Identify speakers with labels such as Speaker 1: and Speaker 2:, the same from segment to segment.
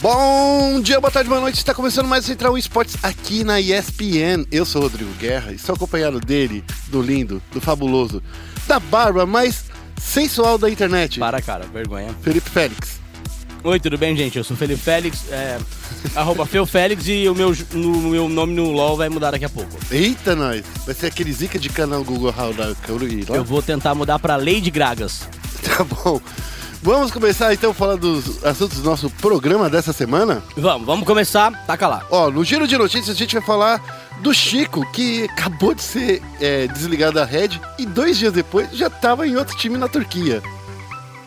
Speaker 1: Bom dia, boa tarde, boa noite. Está começando mais o Central um Esportes aqui na ESPN. Eu sou o Rodrigo Guerra e sou acompanhado dele, do lindo, do fabuloso, da barba mais sensual da internet,
Speaker 2: Para, cara, vergonha.
Speaker 1: Felipe Félix.
Speaker 2: Oi, tudo bem, gente? Eu sou o Felipe Félix, é, arroba Feu Félix e o meu, ju- no- o meu nome no LOL vai mudar daqui a pouco.
Speaker 1: Eita, nós! Vai ser aquele zica de canal Google How da Cauruí, lá.
Speaker 2: Eu vou tentar mudar pra Lady Gragas.
Speaker 1: Tá bom. Vamos começar então a falar dos assuntos do nosso programa dessa semana?
Speaker 2: Vamos, vamos começar, taca lá.
Speaker 1: Ó, no giro de notícias a gente vai falar do Chico, que acabou de ser é, desligado da Red e dois dias depois já tava em outro time na Turquia.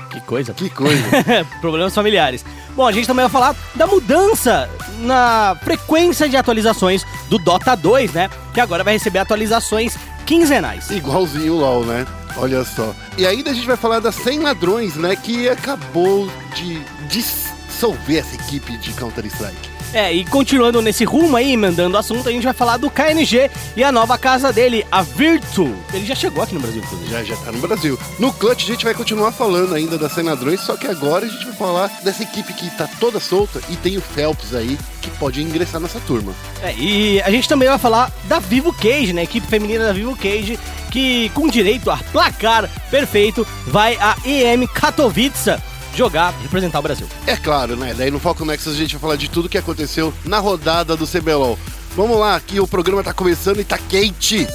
Speaker 2: Que coisa.
Speaker 1: Que coisa!
Speaker 2: Problemas familiares. Bom, a gente também vai falar da mudança na frequência de atualizações do Dota 2, né? Que agora vai receber atualizações quinzenais.
Speaker 1: Igualzinho o LOL, né? Olha só. E ainda a gente vai falar das 100 ladrões, né? Que acabou de dissolver essa equipe de Counter-Strike.
Speaker 2: É, e continuando nesse rumo aí, emendando o assunto, a gente vai falar do KNG e a nova casa dele, a Virtu. Ele já chegou aqui no Brasil, inclusive.
Speaker 1: Já, já tá no Brasil. No Clutch a gente vai continuar falando ainda das 100 ladrões, só que agora a gente vai falar dessa equipe que tá toda solta e tem o Phelps aí que pode ingressar nessa turma.
Speaker 2: É, e a gente também vai falar da Vivo Cage, né? Equipe feminina da Vivo Cage, que com direito a placar perfeito, vai a EM Katowice jogar, representar o Brasil.
Speaker 1: É claro, né? Daí no Falcon Nexus a gente vai falar de tudo que aconteceu na rodada do CBLOL. Vamos lá, que o programa tá começando e tá quente.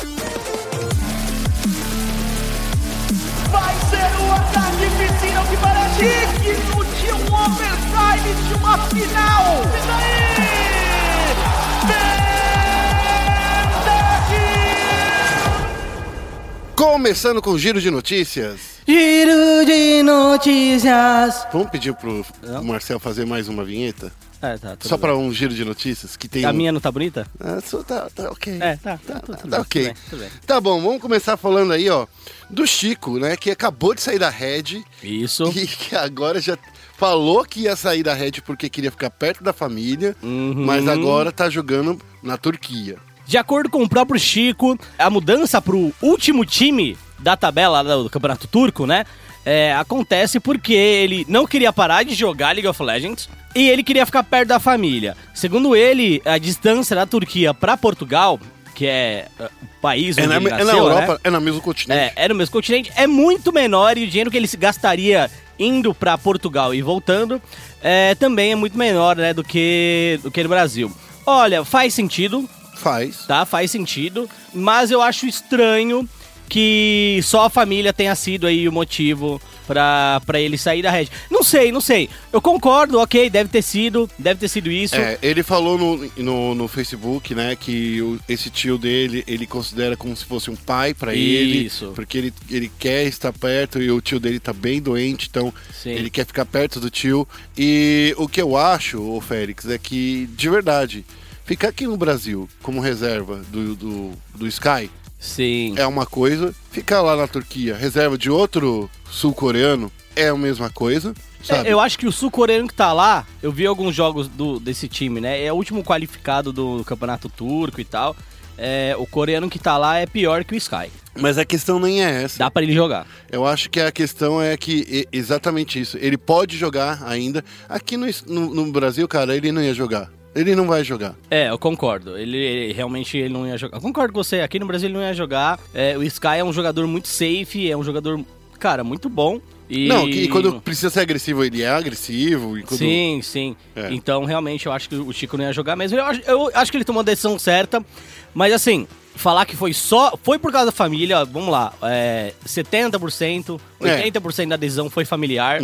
Speaker 3: Vai ser um ataque piscina que parece digno de um overtime de uma final! Isso aí!
Speaker 1: Começando com o giro de notícias.
Speaker 2: Giro de notícias.
Speaker 1: Vamos pedir pro
Speaker 2: Não.
Speaker 1: Marcel fazer mais uma vinheta?
Speaker 2: É, tá. tudo
Speaker 1: Só
Speaker 2: bem.
Speaker 1: pra um giro de notícias que tem.
Speaker 2: A
Speaker 1: um-
Speaker 2: minha não tá bonita?
Speaker 1: Ah, só tá, tá ok.
Speaker 2: É, tá, tá,
Speaker 1: tá,
Speaker 2: tudo
Speaker 1: tá
Speaker 2: bem,
Speaker 1: ok.
Speaker 2: tudo bem, tudo bem.
Speaker 1: Tá bom, vamos começar falando aí, ó, do Chico, né, que acabou de sair da Red
Speaker 2: Isso.
Speaker 1: e que agora já falou que ia sair da Red porque queria ficar perto da família,
Speaker 2: Uhum.
Speaker 1: mas agora tá jogando na Turquia.
Speaker 2: De acordo com o próprio Chico, a mudança pro último time da tabela do Campeonato Turco, né? é, acontece porque ele não queria parar de jogar League of Legends e ele queria ficar perto da família. Segundo ele, a distância da Turquia pra Portugal, que é é, o país onde
Speaker 1: É na,
Speaker 2: ele
Speaker 1: é na
Speaker 2: nasceu,
Speaker 1: Europa,
Speaker 2: né?
Speaker 1: é na mesmo continente.
Speaker 2: É, é no mesmo continente, é muito menor e o dinheiro que ele se gastaria indo pra Portugal e voltando é, também é muito menor, né, do que, do que no Brasil. Olha, faz sentido,
Speaker 1: Faz.
Speaker 2: tá? Faz sentido, mas eu acho estranho que só a família tenha sido aí o motivo pra, pra ele sair da Red. Não sei, não sei. Eu concordo, ok, deve ter sido, deve ter sido isso.
Speaker 1: É, ele falou no, no, no Facebook, né, que o- esse tio dele, ele considera como se fosse um pai pra ele.
Speaker 2: Isso.
Speaker 1: Porque ele, ele quer estar perto e o tio dele tá bem doente, então
Speaker 2: Sim.
Speaker 1: ele quer ficar perto do tio. E o que eu acho, ô Félix, é que, de verdade, ficar aqui no Brasil como reserva do, do, do Sky
Speaker 2: Sim.
Speaker 1: é uma coisa, ficar lá na Turquia, reserva de outro sul-coreano, é a mesma coisa, sabe?
Speaker 2: É, eu acho que o sul-coreano que tá lá, eu vi alguns jogos do, desse time, né? É o último qualificado do campeonato turco e tal. É, o coreano que tá lá é pior que o Sky.
Speaker 1: Mas a questão nem é essa.
Speaker 2: Dá pra ele jogar.
Speaker 1: Eu acho que a questão é que e- exatamente isso. Ele pode jogar ainda. Aqui no, es- no- no Brasil, cara, ele não ia jogar. Ele não vai jogar.
Speaker 2: É, eu concordo. Ele, ele- realmente ele não ia jogar. Eu concordo com você. Aqui no Brasil ele não ia jogar. É, o Sky é um jogador muito safe, é um jogador, cara, muito bom. E...
Speaker 1: Não, que quando precisa ser agressivo, ele é agressivo. E quando-
Speaker 2: Sim, sim.
Speaker 1: É.
Speaker 2: Então, realmente, eu acho que o Chico não ia jogar mesmo. Eu acho, eu acho que ele tomou a decisão certa. Mas, assim, falar que foi só... Foi por causa da família, vamos lá. É, 70%,
Speaker 1: É. Uhum.
Speaker 2: 80% da decisão foi familiar.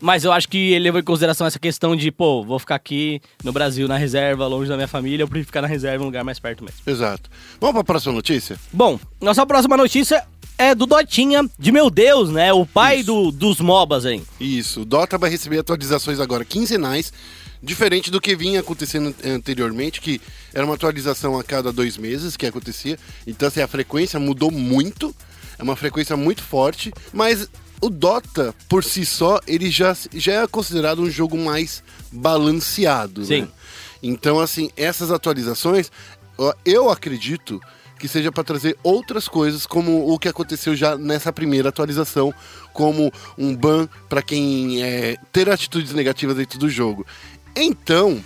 Speaker 2: Mas eu acho que ele levou em consideração essa questão de, pô, vou ficar aqui no Brasil, na reserva, longe da minha família. Eu prefiro ficar na reserva, um lugar mais perto mesmo.
Speaker 1: Exato. Vamos pra próxima notícia?
Speaker 2: Bom, nossa próxima notícia é do Dotinha, de meu Deus, né? O pai
Speaker 1: Isso.
Speaker 2: do, dos MOBAs, hein?
Speaker 1: Isso. O Dota vai receber atualizações agora quinzenais, diferente do que vinha acontecendo anteriormente, que era uma atualização a cada dois meses que acontecia. Então, assim, a frequência mudou muito, é uma frequência muito forte, mas o Dota, por si só, ele já, já é considerado um jogo mais balanceado.
Speaker 2: Sim.
Speaker 1: né? Então, assim, essas atualizações, ó, eu acredito que seja para trazer outras coisas, como o que aconteceu já nessa primeira atualização, como um ban para quem é, ter atitudes negativas dentro do jogo. Então,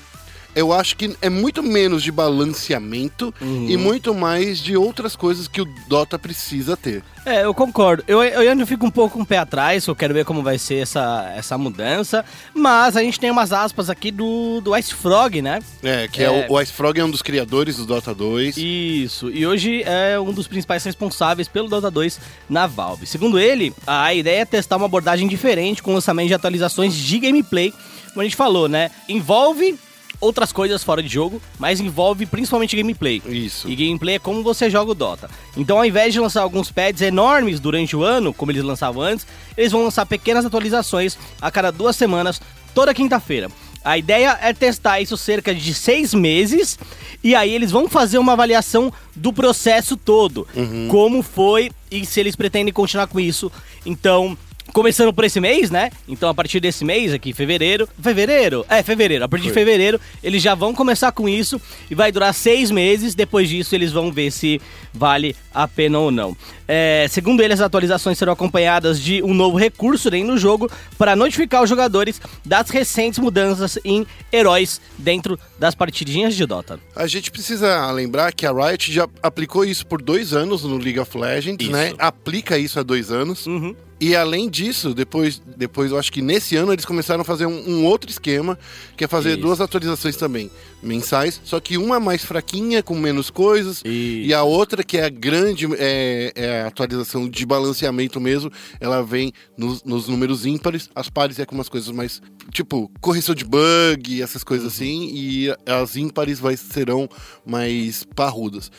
Speaker 1: eu acho que é muito menos de balanceamento e muito mais de outras coisas que o Dota precisa ter.
Speaker 2: É, eu concordo. Eu, eu ainda fico um pouco com um pé atrás, eu quero ver como vai ser essa, essa mudança. Mas a gente tem umas aspas aqui do, do Ice Frog, né?
Speaker 1: É, que é,
Speaker 2: É.
Speaker 1: o, o Ice Frog é um dos criadores do Dota 2.
Speaker 2: Isso, e hoje é um dos principais responsáveis pelo Dota 2 na Valve. Segundo ele, a ideia é testar uma abordagem diferente com lançamento de atualizações de gameplay, como a gente falou, né? Envolve outras coisas fora de jogo, mas envolve principalmente gameplay.
Speaker 1: Isso.
Speaker 2: E gameplay é como você joga o Dota. Então, ao invés de lançar alguns pads enormes durante o ano, como eles lançavam antes, eles vão lançar pequenas atualizações a cada duas semanas, toda quinta-feira. A ideia é testar isso cerca de seis meses e aí eles vão fazer uma avaliação do processo todo. Como foi e se eles pretendem continuar com isso. Então, começando por esse mês, né? Então, a partir desse mês aqui, fevereiro. Fevereiro? É, fevereiro. A partir de
Speaker 1: Foi.
Speaker 2: fevereiro, eles já vão começar com isso e vai durar seis meses. Depois disso, eles vão ver se vale a pena ou não. É, segundo ele, as atualizações serão acompanhadas de um novo recurso dentro do jogo para notificar os jogadores das recentes mudanças em heróis dentro das partidinhas de Dota.
Speaker 1: A gente precisa lembrar que a Riot já aplicou isso por dois anos no League of Legends,
Speaker 2: Isso.
Speaker 1: né? Aplica isso há dois anos.
Speaker 2: Uhum.
Speaker 1: E além disso, depois, depois eu acho que nesse ano eles começaram a fazer um, um outro esquema, que é fazer
Speaker 2: Isso.
Speaker 1: duas atualizações também, mensais, só que uma mais fraquinha, com menos coisas,
Speaker 2: Isso.
Speaker 1: e a outra, que é a grande é, é a atualização de balanceamento mesmo, ela vem nos, nos números ímpares, as pares é com umas coisas mais, tipo, correção de bug, essas coisas assim, e as ímpares vai, serão mais parrudas.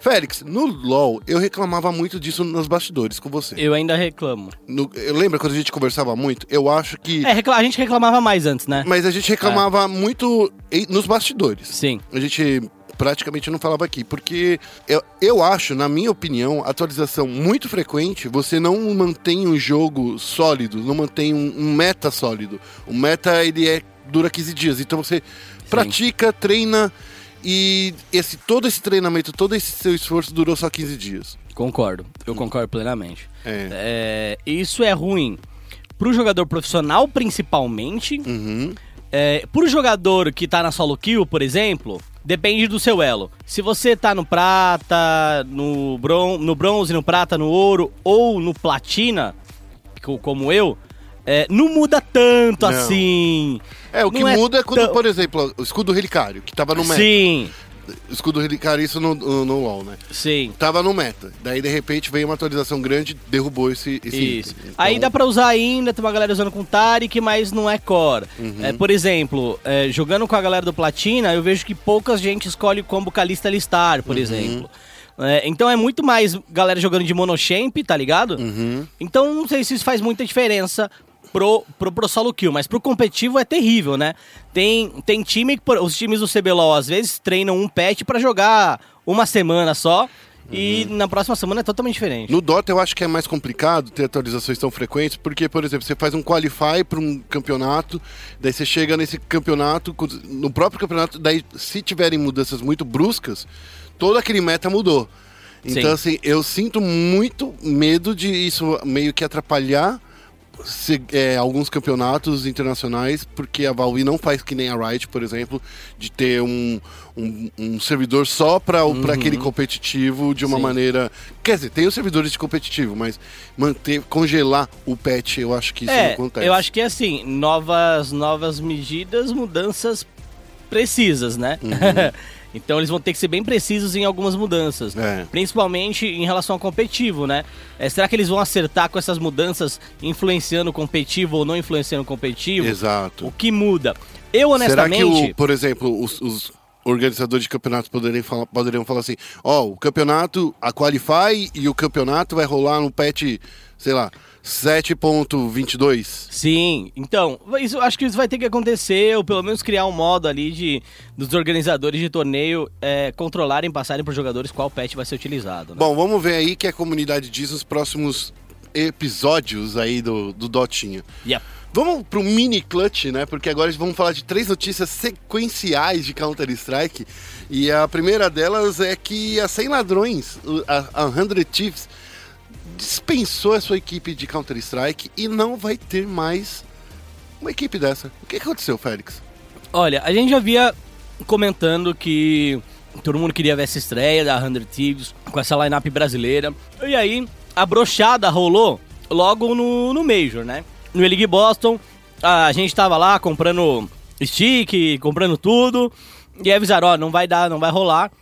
Speaker 1: Félix, no LoL, eu reclamava muito disso nos bastidores com você.
Speaker 2: Eu ainda reclamo.
Speaker 1: No- eu lembro quando a gente conversava muito, eu acho que.
Speaker 2: É, recla- a gente reclamava mais antes, né?
Speaker 1: Mas a gente reclamava muito em- nos bastidores.
Speaker 2: Sim.
Speaker 1: A gente praticamente não falava aqui, porque eu, eu acho, na minha opinião, atualização muito frequente, você não mantém um jogo sólido, não mantém um, um meta sólido. O meta, ele é, dura 15 dias, então você pratica, treina, e esse todo esse treinamento, todo esse seu esforço durou só 15 dias.
Speaker 2: Concordo, eu concordo plenamente.
Speaker 1: É.
Speaker 2: É, isso é ruim pro jogador profissional, principalmente.
Speaker 1: Uhum.
Speaker 2: É, pro jogador que tá na solo kill, por exemplo, depende do seu elo. Se você tá no prata, no, bron no bronze, no prata, no ouro ou no platina, co- como eu, é, não muda
Speaker 1: Não.
Speaker 2: tanto assim.
Speaker 1: É, o que
Speaker 2: Não é
Speaker 1: muda é quando,
Speaker 2: tão-
Speaker 1: por exemplo, o escudo relicário, que tava no meta.
Speaker 2: Sim,
Speaker 1: escudo relicário, isso no, no, no LoL, né?
Speaker 2: sim.
Speaker 1: Tava no meta. Daí, de repente, veio uma atualização grande, derrubou esse, esse
Speaker 2: Isso.
Speaker 1: item. Então,
Speaker 2: Aí dá pra usar ainda, tem uma galera usando com Taric, mas não é core. É, por exemplo, é, jogando com a galera do Platina, eu vejo que pouca gente escolhe como Calista listar, por exemplo. É, então é muito mais galera jogando de monochamp, tá ligado? Então não sei se isso faz muita diferença pro, pro, pro solo kill, mas pro competitivo é terrível, né? Tem, tem time que, por- os times do CBLOL às vezes treinam um patch pra jogar uma semana só. E na próxima semana é totalmente diferente.
Speaker 1: No Dota eu acho que é mais complicado ter atualizações tão frequentes, porque, por exemplo, você faz um qualify para um campeonato, daí você chega nesse campeonato, no próprio campeonato, daí se tiverem mudanças muito bruscas, todo aquele meta mudou. Então, assim, eu sinto muito medo de isso meio que atrapalhar se- é, alguns campeonatos internacionais, porque a Valve não faz que nem a Riot, por exemplo, de ter um, um, um servidor só para aquele competitivo de uma
Speaker 2: Uhum. Sim.
Speaker 1: maneira. Quer dizer, tem os servidores de competitivo, mas manter, congelar o patch, eu acho que isso não
Speaker 2: é,
Speaker 1: acontece.
Speaker 2: eu acho que é assim, novas, novas medidas, mudanças precisas, né?
Speaker 1: Uhum.
Speaker 2: então eles vão ter que ser bem precisos em algumas mudanças.
Speaker 1: É.
Speaker 2: Principalmente em relação ao competitivo, né? É, será que eles vão acertar com essas mudanças influenciando o competitivo ou não influenciando o competitivo?
Speaker 1: Exato.
Speaker 2: O que muda? Eu,
Speaker 1: Será
Speaker 2: honestamente...
Speaker 1: que, o, por exemplo, os, os organizadores de campeonatos poderiam falar, poderiam falar assim: ó, o campeonato, a Qualify e o campeonato vai rolar no patch, sei lá, 7.22?
Speaker 2: Sim, então, isso, acho que isso vai ter que acontecer, ou pelo menos criar um modo ali de dos organizadores de torneio é, controlarem, passarem para os jogadores qual patch vai ser utilizado. Né?
Speaker 1: Bom, vamos ver aí o que a comunidade diz nos próximos episódios aí do, do Dotinha.
Speaker 2: Yep.
Speaker 1: Vamos pro mini clutch, né? Porque agora vamos falar de três notícias sequenciais de Counter-Strike. E a primeira delas é que a 100 Ladrões, o- a, a 100 Thieves, dispensou a sua equipe de Counter-Strike e não vai ter mais uma equipe dessa. O que que aconteceu, Félix?
Speaker 2: Olha, a gente já via comentando que todo mundo queria ver essa estreia da 100 Thieves com essa lineup brasileira. E aí, a brochada rolou logo no, no Major, né? No E-League Boston, a gente tava lá comprando stick, comprando tudo. E aí avisaram, ó, não vai dar, não vai rolar.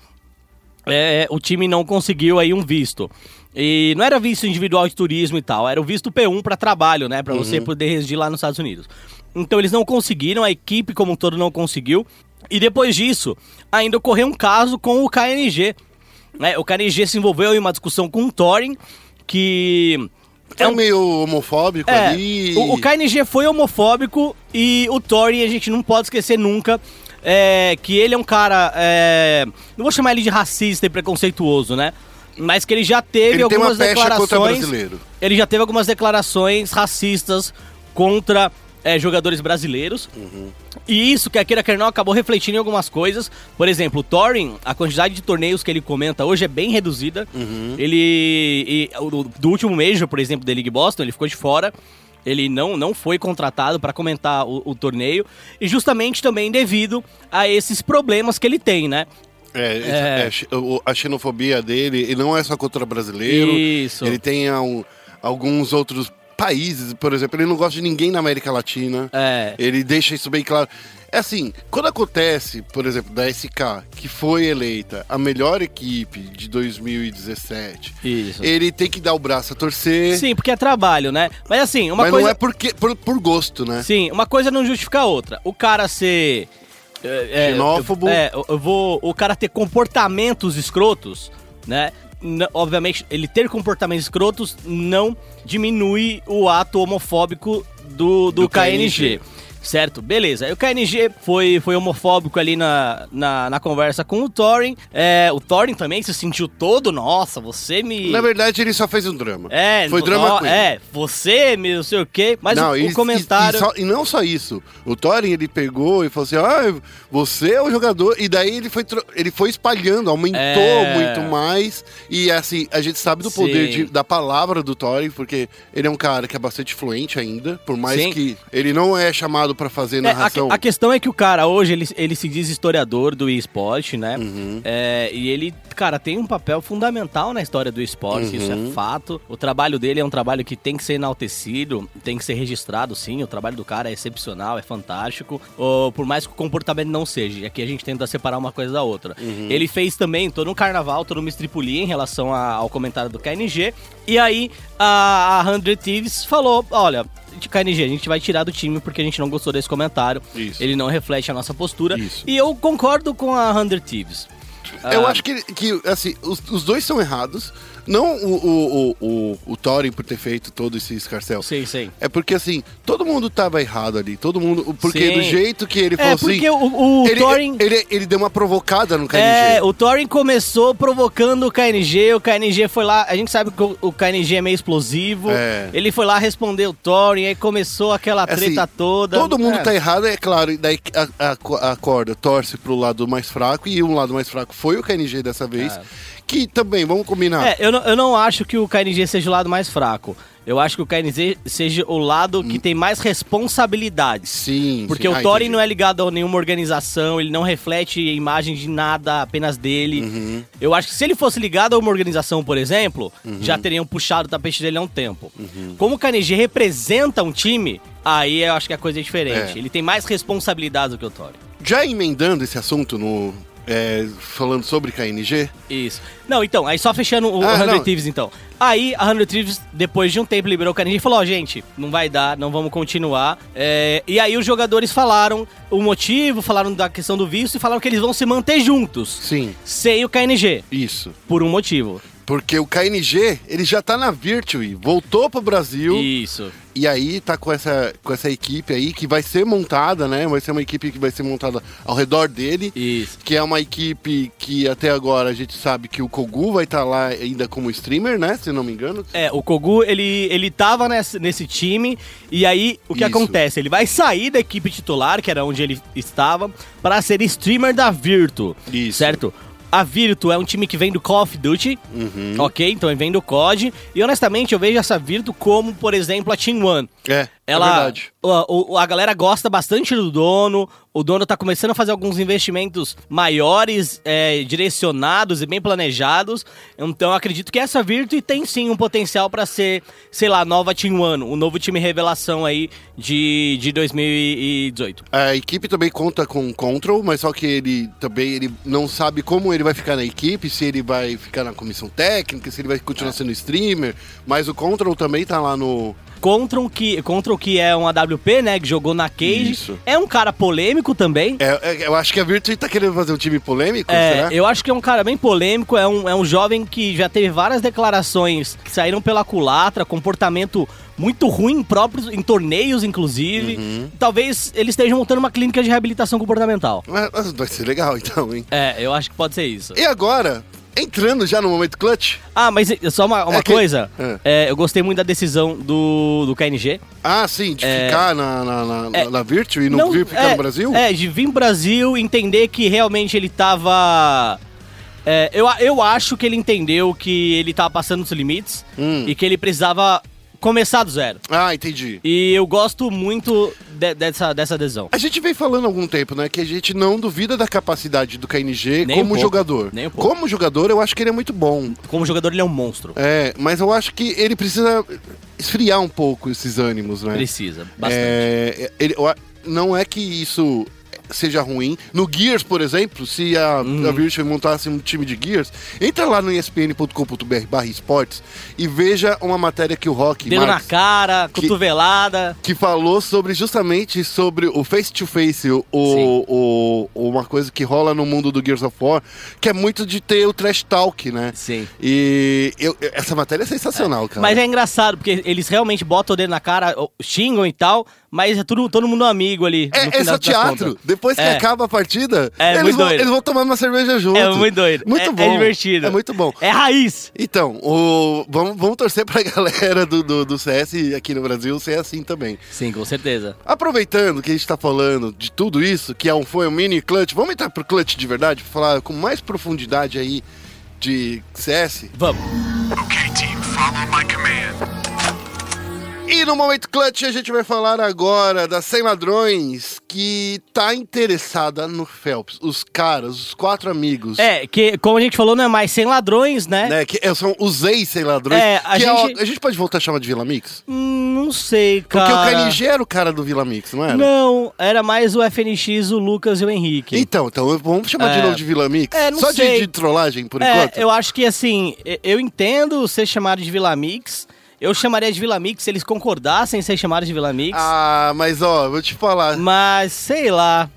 Speaker 2: É, o time não conseguiu aí um visto. E não era visto individual de turismo e tal, era o visto P1 para trabalho, né? Para você poder residir lá nos Estados Unidos. Então eles não conseguiram, a equipe como um todo não conseguiu. E depois disso, ainda ocorreu um caso com o KNG. né? O KNG se envolveu em uma discussão com o Thorin, que.
Speaker 1: É meio homofóbico
Speaker 2: um É,
Speaker 1: ali.
Speaker 2: o, o KNG foi homofóbico e o Thorin a gente não pode esquecer nunca é, que ele é um cara. é, não vou chamar ele de racista e preconceituoso, né? Mas que ele já teve
Speaker 1: Ele tem uma
Speaker 2: algumas
Speaker 1: pecha contra
Speaker 2: declarações.
Speaker 1: brasileiro.
Speaker 2: Ele já teve algumas declarações racistas contra é, jogadores brasileiros.
Speaker 1: Uhum.
Speaker 2: E isso que a Keira Kernal acabou refletindo em algumas coisas. Por exemplo, o Thorin, a quantidade de torneios que ele comenta hoje é bem reduzida.
Speaker 1: Uhum.
Speaker 2: Ele. e o- do último Major, por exemplo, da League Boston, ele ficou de fora. Ele não, não foi contratado para comentar o, o torneio. E justamente também devido a esses problemas que ele tem, né?
Speaker 1: É, é, chi- o- a xenofobia dele, e não é só contra brasileiro.
Speaker 2: Isso.
Speaker 1: Ele tem al- alguns outros países, por exemplo, ele não gosta de ninguém na América Latina.
Speaker 2: É.
Speaker 1: Ele deixa isso bem claro. É assim, quando acontece, por exemplo, da SK, que foi eleita a melhor equipe de 2017,
Speaker 2: Isso.
Speaker 1: ele tem que dar o braço a torcer.
Speaker 2: Sim, porque é trabalho, né? Mas assim, uma
Speaker 1: mas
Speaker 2: coisa.
Speaker 1: não é porque, por, por gosto, né?
Speaker 2: Sim, uma coisa é não justifica a outra. O cara ser. é, é,
Speaker 1: Xenófobo.
Speaker 2: É, eu- eu vou. O cara ter comportamentos escrotos, né? N- obviamente, ele ter comportamentos escrotos não diminui o ato homofóbico do, do,
Speaker 1: Do
Speaker 2: KNG.
Speaker 1: KNG.
Speaker 2: Certo, beleza. Aí O KNG foi, foi homofóbico ali na, na, na conversa com o Thorin. É, o Thorin também se sentiu todo, nossa, você me.
Speaker 1: Na verdade, ele só fez um drama.
Speaker 2: é,
Speaker 1: Foi
Speaker 2: no-
Speaker 1: drama
Speaker 2: ó,
Speaker 1: queen.
Speaker 2: É, você, me não sei o quê. Mas o, o
Speaker 1: e- e-
Speaker 2: comentário.
Speaker 1: E, só- e não só isso. O Thorin, ele pegou e falou assim, ah, você é o jogador. E daí ele foi, tro- ele foi espalhando, aumentou
Speaker 2: É.
Speaker 1: muito mais. E assim, a gente sabe do
Speaker 2: Sim.
Speaker 1: poder de- da palavra do Thorin, porque ele é um cara que é bastante fluente ainda. Por mais
Speaker 2: Sim.
Speaker 1: que ele não é chamado pra fazer
Speaker 2: É, a,
Speaker 1: narração.
Speaker 2: a questão é que o cara hoje, ele, ele se diz historiador do esporte, né? É, e ele, cara, tem um papel fundamental na história do esporte, isso é fato. O trabalho dele é um trabalho que tem que ser enaltecido, tem que ser registrado, sim. O trabalho do cara é excepcional, é fantástico. Ou, por mais que o comportamento não seja, e aqui a gente tenta separar uma coisa da outra. Ele fez também todo um carnaval, todo uma estripulia em relação a- ao comentário do KNG. E aí, a, a 100 Thieves falou, olha de KNG, a gente vai tirar do time porque a gente não gostou desse comentário.
Speaker 1: Isso.
Speaker 2: Ele não reflete a nossa postura.
Speaker 1: Isso.
Speaker 2: E eu concordo com a 100 Thieves.
Speaker 1: Eu
Speaker 2: Ah.
Speaker 1: acho que, que assim, os, os dois são errados. Não o, o, o, o, o Thorin por ter feito todo esse escarcel.
Speaker 2: Sei, sei.
Speaker 1: É porque assim, todo mundo tava errado ali. Todo mundo. Porque
Speaker 2: Sim.
Speaker 1: do jeito que ele falou
Speaker 2: É,
Speaker 1: assim.
Speaker 2: porque o, o
Speaker 1: ele,
Speaker 2: Thorin...
Speaker 1: ele, ele deu uma provocada no KNG.
Speaker 2: É, o Thorin começou provocando o KNG, o KNG foi lá, a gente sabe que o o KNG é meio explosivo,
Speaker 1: É.
Speaker 2: ele foi lá responder o Thorin, aí começou aquela
Speaker 1: Assim,
Speaker 2: treta toda.
Speaker 1: Todo mundo
Speaker 2: É.
Speaker 1: tá errado, é claro. E daí a, a- a corda torce pro lado mais fraco. E um lado mais fraco foi o KNG dessa vez. Que também, vamos combinar.
Speaker 2: É, eu não, eu não acho que o KNG seja o lado mais fraco. Eu acho que o KNG seja o lado
Speaker 1: Hum.
Speaker 2: que tem mais responsabilidades.
Speaker 1: Sim.
Speaker 2: Porque
Speaker 1: sim.
Speaker 2: o
Speaker 1: Ah,
Speaker 2: Thorin
Speaker 1: entendi.
Speaker 2: não é ligado a nenhuma organização, ele não reflete a imagem de nada apenas dele.
Speaker 1: Uhum.
Speaker 2: Eu acho que se ele fosse ligado a uma organização, por exemplo, já teriam puxado o tapete dele há um tempo.
Speaker 1: Uhum.
Speaker 2: Como o KNG representa um time, aí eu acho que a coisa é diferente.
Speaker 1: É.
Speaker 2: Ele tem mais responsabilidade do que o Thorin.
Speaker 1: Já emendando esse assunto no. é, falando sobre KNG,
Speaker 2: Isso. Não, então, aí só fechando o
Speaker 1: Ah,
Speaker 2: 100
Speaker 1: não.
Speaker 2: Thieves, então. Aí a 100 Thieves, depois de um tempo, liberou o Carnegie e falou, ó, gente, não vai dar, não vamos continuar. É, e aí os jogadores falaram o motivo, falaram da questão do visto e falaram que eles vão se manter juntos.
Speaker 1: Sim.
Speaker 2: Sem o KNG,
Speaker 1: isso.
Speaker 2: por um motivo.
Speaker 1: Porque o KNG, ele já tá na Virtue, voltou pro Brasil.
Speaker 2: Isso.
Speaker 1: E aí tá com essa, com essa equipe aí que vai ser montada, né? Vai ser uma equipe que vai ser montada ao redor dele.
Speaker 2: Isso.
Speaker 1: Que é uma equipe que até agora a gente sabe que o Kogu vai estar lá ainda como streamer, né? Se não me engano.
Speaker 2: É, o Kogu, ele, ele tava nesse, nesse time, e aí o que
Speaker 1: Isso.
Speaker 2: acontece? Ele vai sair da equipe titular, que era onde ele estava, para ser streamer da Virtu.
Speaker 1: Isso.
Speaker 2: Certo? A Virtu é um time que vem do Call of Duty,
Speaker 1: Uhum.
Speaker 2: ok? Então ele vem do COD. E honestamente, eu vejo essa Virtu como, por exemplo, a Team One.
Speaker 1: É,
Speaker 2: Ela,
Speaker 1: é verdade.
Speaker 2: o- o- a galera gosta bastante do dono. O dono tá começando a fazer alguns investimentos maiores, é, direcionados e bem planejados. Então eu acredito que essa Virtue tem sim um potencial pra ser, sei lá, nova Team One, o novo time revelação aí de, de 2018.
Speaker 1: A equipe também conta com o Control, mas só que ele também ele não sabe como ele vai ficar na equipe, se ele vai ficar na comissão técnica, se ele vai continuar
Speaker 2: É.
Speaker 1: sendo streamer. Mas o Control também tá lá no.
Speaker 2: Control que, Control, que é um AWP, né? Que jogou na Cage.
Speaker 1: Isso.
Speaker 2: É um cara polêmico também.
Speaker 1: É, é, eu acho que a Virtue tá querendo fazer um time polêmico,
Speaker 2: É,
Speaker 1: será?
Speaker 2: eu acho que é um cara bem polêmico, é um, é um jovem que já teve várias declarações que saíram pela culatra, comportamento muito ruim próprio em torneios, inclusive. Talvez ele esteja montando uma clínica de reabilitação comportamental.
Speaker 1: Mas- mas vai ser legal então, hein?
Speaker 2: É, eu acho que pode ser isso.
Speaker 1: E agora, entrando já no momento clutch.
Speaker 2: Ah, mas e- só uma, uma
Speaker 1: É que-
Speaker 2: coisa. É, eu gostei muito da decisão do, do KNG.
Speaker 1: Ah, sim, de
Speaker 2: É.
Speaker 1: ficar na, na, na,
Speaker 2: É.
Speaker 1: na Virtue e não, vir ficar
Speaker 2: é,
Speaker 1: no Brasil?
Speaker 2: É, de vir pro Brasil entender que realmente ele tava. é, eu, a- eu acho que ele entendeu que ele tava passando dos limites
Speaker 1: Hum.
Speaker 2: e que ele precisava começar do zero.
Speaker 1: Ah, entendi.
Speaker 2: E eu gosto muito de- dessa, dessa adesão.
Speaker 1: A gente vem falando há algum tempo, né, que a gente não duvida da capacidade do KNG
Speaker 2: Nem um
Speaker 1: como
Speaker 2: pouco,
Speaker 1: jogador.
Speaker 2: nem um pouco.
Speaker 1: Como jogador, eu acho que ele é muito bom.
Speaker 2: Como jogador, ele é um monstro.
Speaker 1: É, mas eu acho que ele precisa esfriar um pouco esses ânimos, né?
Speaker 2: Precisa, bastante.
Speaker 1: É, ele- eu a- não é que isso seja ruim. No Gears, por exemplo, se a,
Speaker 2: Hum.
Speaker 1: a Virtue montasse um time de Gears, entra lá no espn.com.br barra esportes e veja uma matéria que o Rock
Speaker 2: Dedo na
Speaker 1: Marques,
Speaker 2: cara, cotovelada.
Speaker 1: que falou sobre justamente sobre o face to face, o,
Speaker 2: Sim.
Speaker 1: o- o- uma coisa que rola no mundo do Gears of War, que é muito de ter o trash talk, né?
Speaker 2: Sim.
Speaker 1: E eu- essa matéria é sensacional, cara.
Speaker 2: Mas é engraçado, porque eles realmente botam o dedo na cara, xingam e tal, mas é tudo, todo mundo amigo ali. no
Speaker 1: É,
Speaker 2: final
Speaker 1: é só
Speaker 2: das
Speaker 1: teatro.
Speaker 2: contas.
Speaker 1: Depois que
Speaker 2: É.
Speaker 1: acaba a partida,
Speaker 2: É
Speaker 1: eles,
Speaker 2: muito
Speaker 1: vão,
Speaker 2: doido.
Speaker 1: eles vão tomar uma cerveja junto.
Speaker 2: É muito doido.
Speaker 1: Muito
Speaker 2: é,
Speaker 1: bom.
Speaker 2: É divertido.
Speaker 1: É muito bom.
Speaker 2: É raiz.
Speaker 1: Então, o- vamos, vamos torcer pra galera do, do, do CS aqui no Brasil ser assim também.
Speaker 2: Sim, com certeza.
Speaker 1: Aproveitando que a gente tá falando de tudo isso, que é um, foi um mini clutch, vamos entrar pro clutch de verdade, pra falar com mais profundidade aí de CS.
Speaker 2: Vamos.
Speaker 4: Okay, team, follow my command.
Speaker 1: E no Momento Clutch a gente vai falar agora da Sem Ladrões, que tá interessada no Phelps. Os caras, os quatro amigos.
Speaker 2: É, que como a gente falou, não é mais sem ladrões, né?
Speaker 1: né, que é, são os ex sem ladrões.
Speaker 2: É, a
Speaker 1: que é o-
Speaker 2: gente-
Speaker 1: a gente pode voltar a chamar de Vila Mix?
Speaker 2: Hum, Não sei,
Speaker 1: Porque
Speaker 2: cara.
Speaker 1: o KNG era o cara do Vila Mix, não era?
Speaker 2: Não, era mais o FNX, o Lucas e o Henrique.
Speaker 1: Então, então vamos chamar de
Speaker 2: É.
Speaker 1: novo de Vila Mix?
Speaker 2: É, não
Speaker 1: Só
Speaker 2: sei.
Speaker 1: De, de trollagem, por
Speaker 2: é,
Speaker 1: enquanto?
Speaker 2: eu acho que assim, e- eu entendo ser chamado de Vila Mix. Eu chamaria de Vila Mix se eles concordassem em ser chamados de Vila Mix.
Speaker 1: Ah, mas ó, vou te falar.
Speaker 2: Mas, sei lá.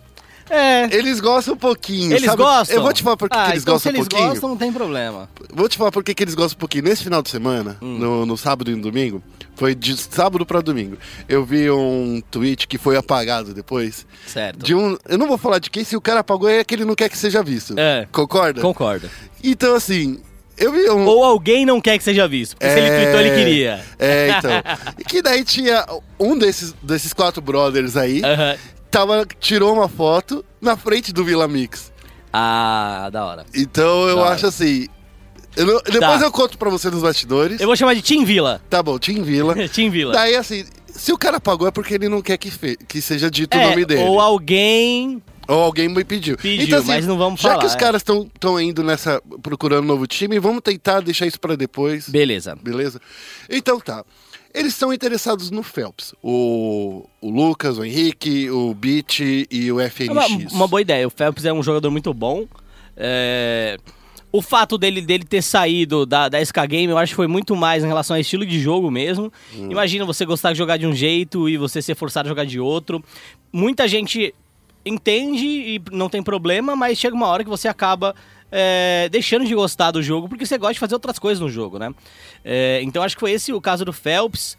Speaker 2: É.
Speaker 1: Eles gostam um pouquinho,
Speaker 2: Eles
Speaker 1: sabe?
Speaker 2: gostam?
Speaker 1: Eu vou te falar por que
Speaker 2: Ah,
Speaker 1: que eles
Speaker 2: então
Speaker 1: gostam
Speaker 2: se
Speaker 1: um
Speaker 2: eles
Speaker 1: pouquinho.
Speaker 2: gostam, não tem problema.
Speaker 1: Vou te falar por que que eles gostam um pouquinho. Nesse final de semana,
Speaker 2: Hum.
Speaker 1: no, no sábado e no domingo, foi de sábado pra domingo, eu vi um tweet que foi apagado depois.
Speaker 2: Certo.
Speaker 1: De um, eu não vou falar de quem, se o cara apagou é que ele não quer que seja visto.
Speaker 2: É.
Speaker 1: Concorda?
Speaker 2: Concordo.
Speaker 1: Então, assim, eu vi um.
Speaker 2: Ou alguém não quer que seja visto. Porque se ele
Speaker 1: É,
Speaker 2: tweetou, ele queria.
Speaker 1: É, então. que daí tinha um desses, desses quatro brothers aí,
Speaker 2: Aham.
Speaker 1: tava, tirou uma foto na frente do Vila Mix.
Speaker 2: Ah, da hora.
Speaker 1: Então eu
Speaker 2: Tá.
Speaker 1: acho assim. eu não- depois
Speaker 2: Tá.
Speaker 1: eu conto pra você nos bastidores.
Speaker 2: Eu vou chamar de Tim Vila.
Speaker 1: Tá bom, Tim Vila.
Speaker 2: Tim Vila.
Speaker 1: daí, assim, se o cara pagou é porque ele não quer que, fe- que seja dito
Speaker 2: É,
Speaker 1: o nome dele.
Speaker 2: Ou alguém.
Speaker 1: Ou alguém me pediu.
Speaker 2: Pediu,
Speaker 1: então, assim,
Speaker 2: mas não vamos
Speaker 1: já
Speaker 2: falar,
Speaker 1: que os
Speaker 2: é.
Speaker 1: caras estão indo nessa. procurando um novo time, vamos tentar deixar isso pra depois.
Speaker 2: Beleza.
Speaker 1: Beleza? Então tá. Eles estão interessados no Phelps. O, o Lucas, o Henrique, o Beat e o
Speaker 2: É Uma,
Speaker 1: FNX.
Speaker 2: uma boa ideia. O Phelps é um jogador muito bom. É, O fato dele, dele ter saído da, da SK Game, eu acho que foi muito mais em relação ao estilo de jogo mesmo.
Speaker 1: Hum.
Speaker 2: Imagina você gostar de jogar de um jeito e você ser forçado a jogar de outro. Muita gente entende e não tem problema, mas chega uma hora que você acaba é, deixando de gostar do jogo porque você gosta de fazer outras coisas no jogo, né? É, então acho que foi esse o caso do Phelps.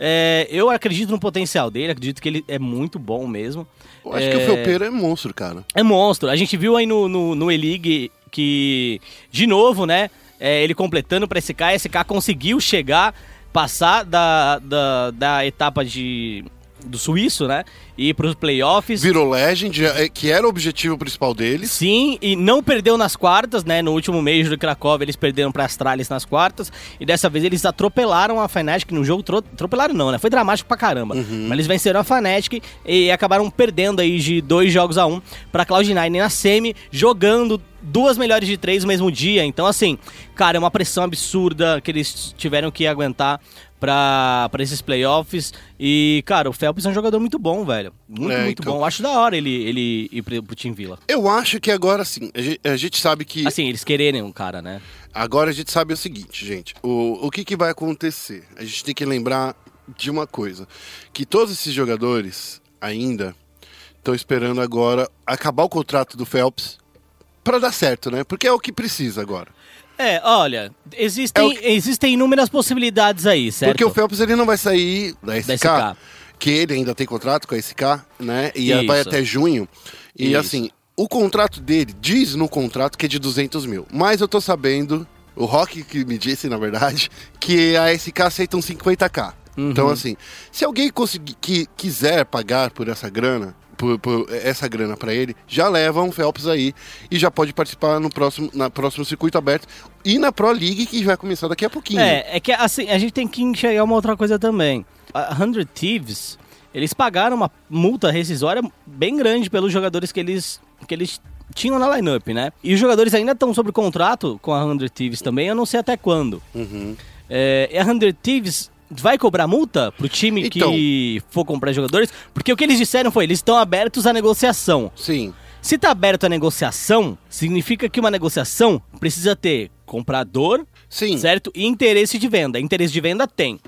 Speaker 2: É, eu acredito no potencial dele, acredito que ele é muito bom mesmo.
Speaker 1: Eu acho que o
Speaker 2: É,
Speaker 1: Felpeiro é monstro, cara.
Speaker 2: é monstro. A gente viu aí no, no, no E-League que, de novo, né? é, ele completando pra SK, a SK conseguiu chegar, passar da, da, da etapa de, do suíço, né? Ir pros playoffs.
Speaker 1: Virou Legend, já- é, que era o objetivo principal deles.
Speaker 2: Sim, e não perdeu nas quartas, né? No último mês do Cracóvia eles perderam para Astralis nas quartas. E dessa vez eles atropelaram a Fnatic no jogo. tro- Atropelaram não, né? Foi dramático pra caramba.
Speaker 1: Uhum.
Speaker 2: Mas eles venceram a Fnatic e acabaram perdendo aí de dois jogos a um pra Cloud9 na semi, jogando duas melhores de três no mesmo dia. Então, assim, cara, é uma pressão absurda que eles tiveram que aguentar pra pra esses playoffs. E, cara, o Phelps é um jogador muito bom, velho. Muito,
Speaker 1: É,
Speaker 2: muito
Speaker 1: então.
Speaker 2: bom. Eu acho da hora ele, ele ir pro, pro Team Villa.
Speaker 1: Eu acho que agora sim, a gente, a gente sabe que.
Speaker 2: Assim, eles quererem um cara, né?
Speaker 1: Agora a gente sabe o seguinte, gente. O, o que, que vai acontecer? A gente tem que lembrar de uma coisa: que todos esses jogadores ainda estão esperando agora acabar o contrato do Phelps para dar certo, né? Porque é o que precisa agora.
Speaker 2: É, olha, existem,
Speaker 1: É o
Speaker 2: existem inúmeras possibilidades aí, certo?
Speaker 1: Porque o Phelps ele não vai sair da SK,
Speaker 2: Da SK.
Speaker 1: que ele ainda tem contrato com a SK, né? E
Speaker 2: Isso.
Speaker 1: vai até junho. E
Speaker 2: Isso.
Speaker 1: assim, o contrato dele diz no contrato que é de 200 mil. Mas eu tô sabendo, o Rock que me disse, na verdade, que a SK aceitam 50k.
Speaker 2: Uhum.
Speaker 1: Então assim, se alguém conseguir, que quiser pagar por essa grana, por, por essa grana pra ele, já leva um Phelps aí e já pode participar no próximo, na próximo circuito aberto e na Pro League que vai começar daqui a pouquinho.
Speaker 2: É, é que assim, a gente tem que enxergar uma outra coisa também. A 100 Thieves, eles pagaram uma multa rescisória bem grande pelos jogadores que eles, que eles tinham na lineup, né? E os jogadores ainda estão sob contrato com a 100 Thieves também, eu não sei até quando.
Speaker 1: Uhum.
Speaker 2: É, e a 100 Thieves vai cobrar multa pro time
Speaker 1: Então.
Speaker 2: que for comprar jogadores? Porque o que eles disseram foi, eles estão abertos à negociação.
Speaker 1: Sim.
Speaker 2: Se tá aberto a negociação, significa que uma negociação precisa ter comprador,
Speaker 1: Sim.
Speaker 2: certo? E interesse de venda. Interesse de venda tem.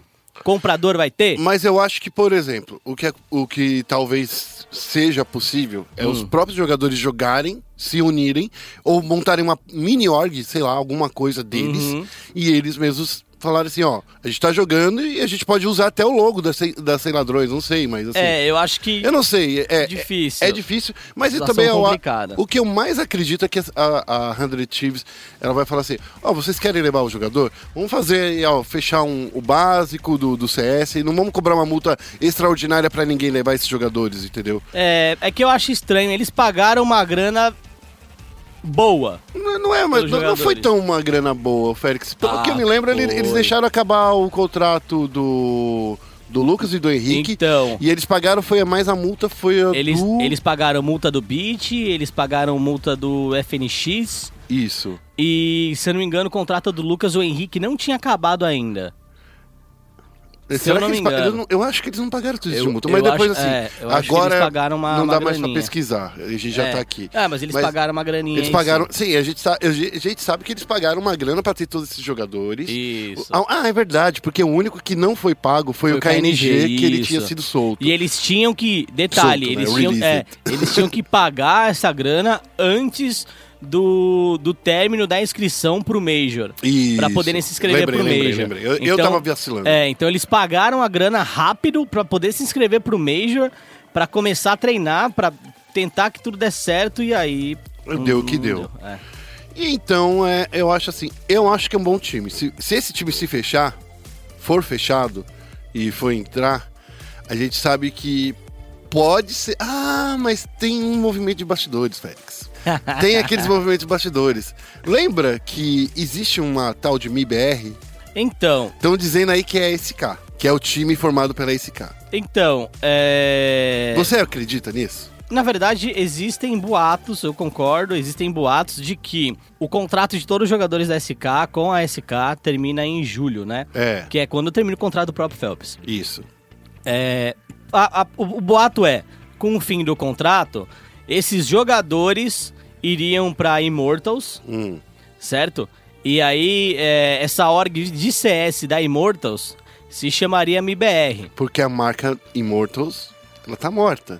Speaker 2: Comprador vai ter?
Speaker 1: Mas eu acho que, por exemplo, o que, é, o que talvez seja possível é os próprios jogadores jogarem, se unirem, ou montarem uma mini org, sei lá, alguma coisa deles, e eles mesmos falarem assim, ó, a gente tá jogando e a gente pode usar até o logo da, Sem- da Sem Ladrões, não sei, mas assim...
Speaker 2: É, eu acho que.
Speaker 1: Eu não sei, é é-
Speaker 2: Difícil.
Speaker 1: É, difícil, mas eu
Speaker 2: Situação
Speaker 1: também eu a-
Speaker 2: complicada.
Speaker 1: o que eu mais acredito é que a, a 100 Chiefs ela vai falar assim: ó, vocês querem levar o jogador? Vamos fazer, ó, fechar um- o básico do, do CS e não vamos cobrar uma multa extraordinária pra ninguém levar esses jogadores, entendeu?
Speaker 2: É, é que eu acho estranho. Eles pagaram uma grana boa.
Speaker 1: Não, não é, mas
Speaker 2: Pelos
Speaker 1: não, não foi
Speaker 2: jogadores.
Speaker 1: tão uma grana boa, Félix. Pelo
Speaker 2: Ah,
Speaker 1: que eu me lembro, ele- eles
Speaker 2: foi.
Speaker 1: deixaram acabar o contrato do. Do Lucas e do Henrique.
Speaker 2: Então.
Speaker 1: E eles pagaram, foi a mais a multa, foi a
Speaker 2: Eles,
Speaker 1: do...
Speaker 2: eles pagaram multa do Beat, eles pagaram multa do FNX.
Speaker 1: Isso.
Speaker 2: E, se eu não me engano, o contrato do Lucas o Henrique não tinha acabado ainda. Se eu
Speaker 1: Será
Speaker 2: não
Speaker 1: que
Speaker 2: me
Speaker 1: eles pa-
Speaker 2: engano.
Speaker 1: eles não- eu acho que eles não pagaram tudo isso
Speaker 2: Eu-
Speaker 1: de multa, mas
Speaker 2: eu
Speaker 1: depois
Speaker 2: acho-
Speaker 1: assim,
Speaker 2: é, eu acho que
Speaker 1: agora
Speaker 2: eles pagaram uma-
Speaker 1: não
Speaker 2: uma
Speaker 1: dá mais pra
Speaker 2: graninha.
Speaker 1: pesquisar, a gente já
Speaker 2: É.
Speaker 1: tá aqui.
Speaker 2: Ah, mas eles pagaram uma graninha.
Speaker 1: Eles
Speaker 2: aí,
Speaker 1: pagaram, sim, a, gente sa- a gente- a gente sabe que eles pagaram uma grana pra ter todos esses jogadores.
Speaker 2: Isso.
Speaker 1: O- Ah, é verdade, porque o único que não foi pago foi, o KNG, que ele tinha sido solto.
Speaker 2: E eles tinham que. Detalhe,
Speaker 1: Solto, né?
Speaker 2: eles, tinham,
Speaker 1: Released.
Speaker 2: é, eles tinham que pagar essa grana antes do, do término da inscrição pro Major. Pra
Speaker 1: Isso.
Speaker 2: poderem se inscrever
Speaker 1: Lembrei,
Speaker 2: pro
Speaker 1: lembrei,
Speaker 2: Major.
Speaker 1: lembrei. Eu- eu tava vacilando.
Speaker 2: É, então eles pagaram a grana rápido pra poder se inscrever pro Major, pra começar a treinar, pra tentar que tudo desse certo e aí.
Speaker 1: Deu
Speaker 2: não-
Speaker 1: o que
Speaker 2: não
Speaker 1: deu.
Speaker 2: É.
Speaker 1: E então, é, eu acho assim, eu acho que é um bom time. Se, se esse time se fechar, for fechado e for entrar, a gente sabe que pode ser. Ah, mas tem um movimento de bastidores, Félix. Tem aqueles movimentos de bastidores. Lembra que existe uma tal de MIBR?
Speaker 2: Então,
Speaker 1: Estão dizendo aí que é a SK, que é o time formado pela SK.
Speaker 2: então, é.
Speaker 1: Você acredita nisso?
Speaker 2: Na verdade, existem boatos, eu concordo, existem boatos de que o contrato de todos os jogadores da SK com a SK termina em julho, né?
Speaker 1: É,
Speaker 2: Que é quando termina o contrato do próprio Phelps.
Speaker 1: isso.
Speaker 2: É, a- a- o, o boato é, com o fim do contrato, esses jogadores iriam pra Immortals,
Speaker 1: Hum.
Speaker 2: certo? E aí, é, essa org de CS da Immortals se chamaria MBR.
Speaker 1: Porque a marca Immortals, ela tá morta.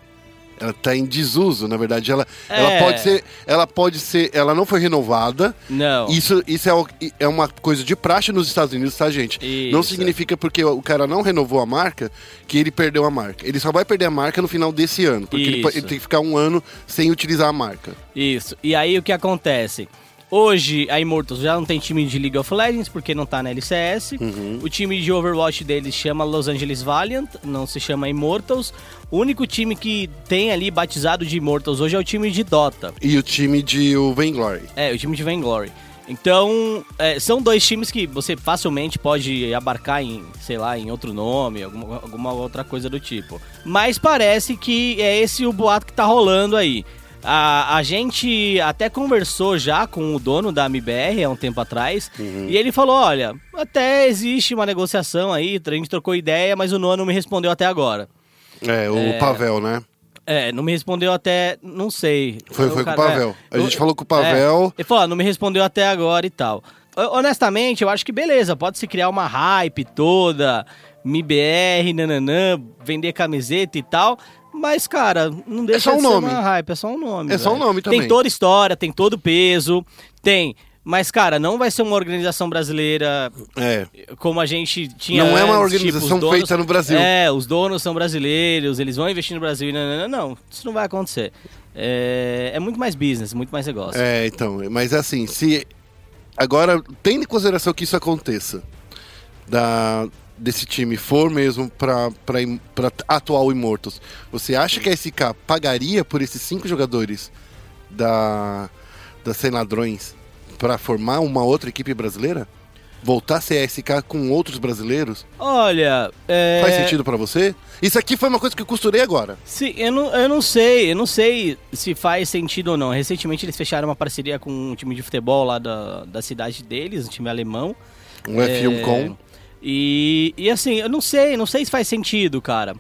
Speaker 1: Ela tá em desuso, na verdade. Ela,
Speaker 2: É.
Speaker 1: ela pode ser. Ela pode ser. Ela não foi renovada.
Speaker 2: Não.
Speaker 1: Isso, isso é, o- é uma coisa de praxe nos Estados Unidos, tá, gente? Não
Speaker 2: Isso. é.
Speaker 1: significa porque o cara não renovou a marca que ele perdeu a marca. Ele só vai perder a marca no final desse ano. Porque ele, po-
Speaker 2: Isso.
Speaker 1: ele tem que ficar um ano sem utilizar a marca.
Speaker 2: Isso. E aí o que acontece? Hoje, a Immortals já não tem time de League of Legends, porque não tá na LCS. O time de Overwatch deles chama Los Angeles Valiant, não se chama Immortals. O único time que tem ali batizado de Immortals hoje é o time de Dota.
Speaker 1: E o time de o Vainglory.
Speaker 2: É, o time de Vainglory. Então, é, são dois times que você facilmente pode abarcar em, sei lá, em outro nome, alguma, alguma outra coisa do tipo. Mas parece que é esse o boato que tá rolando aí. A, a gente até conversou já com o dono da MBR há um tempo atrás, e ele falou: olha, até existe uma negociação aí, a gente trocou ideia, mas o Nono não me respondeu até agora.
Speaker 1: É, o Pavel, né?
Speaker 2: É, não me respondeu até. Não sei.
Speaker 1: Foi-
Speaker 2: Eu,
Speaker 1: foi com o
Speaker 2: cara,
Speaker 1: Pavel. A
Speaker 2: eu-
Speaker 1: gente falou com o Pavel.
Speaker 2: ele falou, ah, não me respondeu até agora e tal. Eu- Honestamente, eu acho que beleza, pode se criar uma hype toda, MIBR, nananã, vender camiseta e tal. Mas, cara, não deixa
Speaker 1: só um
Speaker 2: de
Speaker 1: nome.
Speaker 2: ser uma hype, é só um nome.
Speaker 1: É só um
Speaker 2: velho.
Speaker 1: nome também.
Speaker 2: Tem toda história, tem todo peso, tem. Mas, cara, não vai ser uma organização brasileira
Speaker 1: É.
Speaker 2: como a gente tinha
Speaker 1: Não é uma
Speaker 2: antes, tipo, os
Speaker 1: organização
Speaker 2: donos-
Speaker 1: feita no Brasil.
Speaker 2: É, os donos são brasileiros, eles vão investir no Brasil. e Não, não, não, não, isso não vai acontecer. É, é muito mais business, muito mais negócio.
Speaker 1: É, então, mas assim, se agora tendo em consideração que isso aconteça da desse time for mesmo para para atual Immortals, você acha que a SK pagaria por esses cinco jogadores da da Sem Ladrões para formar uma outra equipe brasileira? Voltar a ser a SK com outros brasileiros?
Speaker 2: Olha, é,
Speaker 1: Faz sentido pra você? Isso aqui foi uma coisa que eu costurei agora.
Speaker 2: se- eu, não, eu não sei, eu não sei se faz sentido ou não. Recentemente eles fecharam uma parceria com um time de futebol lá da, da cidade deles, um time alemão.
Speaker 1: Um
Speaker 2: É.
Speaker 1: F1 com.
Speaker 2: E, e assim, eu não sei, não sei se faz sentido, cara.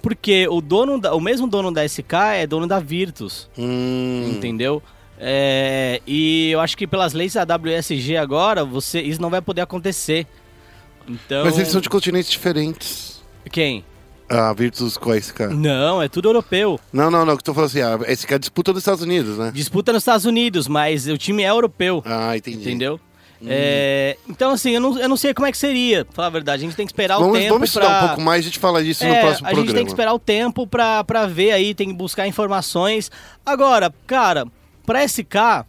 Speaker 2: Porque o dono, da- o mesmo dono da SK é dono da Virtus,
Speaker 1: Hum,
Speaker 2: entendeu? É, e eu acho que pelas leis da WSG agora, você, isso não vai poder acontecer. Então.
Speaker 1: Mas eles são de continentes diferentes.
Speaker 2: Quem?
Speaker 1: Ah, Virtus com a SK.
Speaker 2: Não, é tudo europeu.
Speaker 1: Não, não, não. Que eu tô falando assim, ah, esse cara disputa nos Estados Unidos, né?
Speaker 2: Disputa nos Estados Unidos, mas o time é europeu.
Speaker 1: Ah, entendi. Hum.
Speaker 2: Entendeu? É, então, assim, eu não, eu não sei como é que seria, pra falar a verdade. A gente tem que esperar o
Speaker 1: Vamos,
Speaker 2: tempo.
Speaker 1: vamos estudar
Speaker 2: pra...
Speaker 1: um pouco mais, a gente fala disso no
Speaker 2: É,
Speaker 1: próximo
Speaker 2: a
Speaker 1: programa.
Speaker 2: gente tem que esperar o tempo pra, pra ver aí, tem que buscar informações. Agora, cara, pra SK,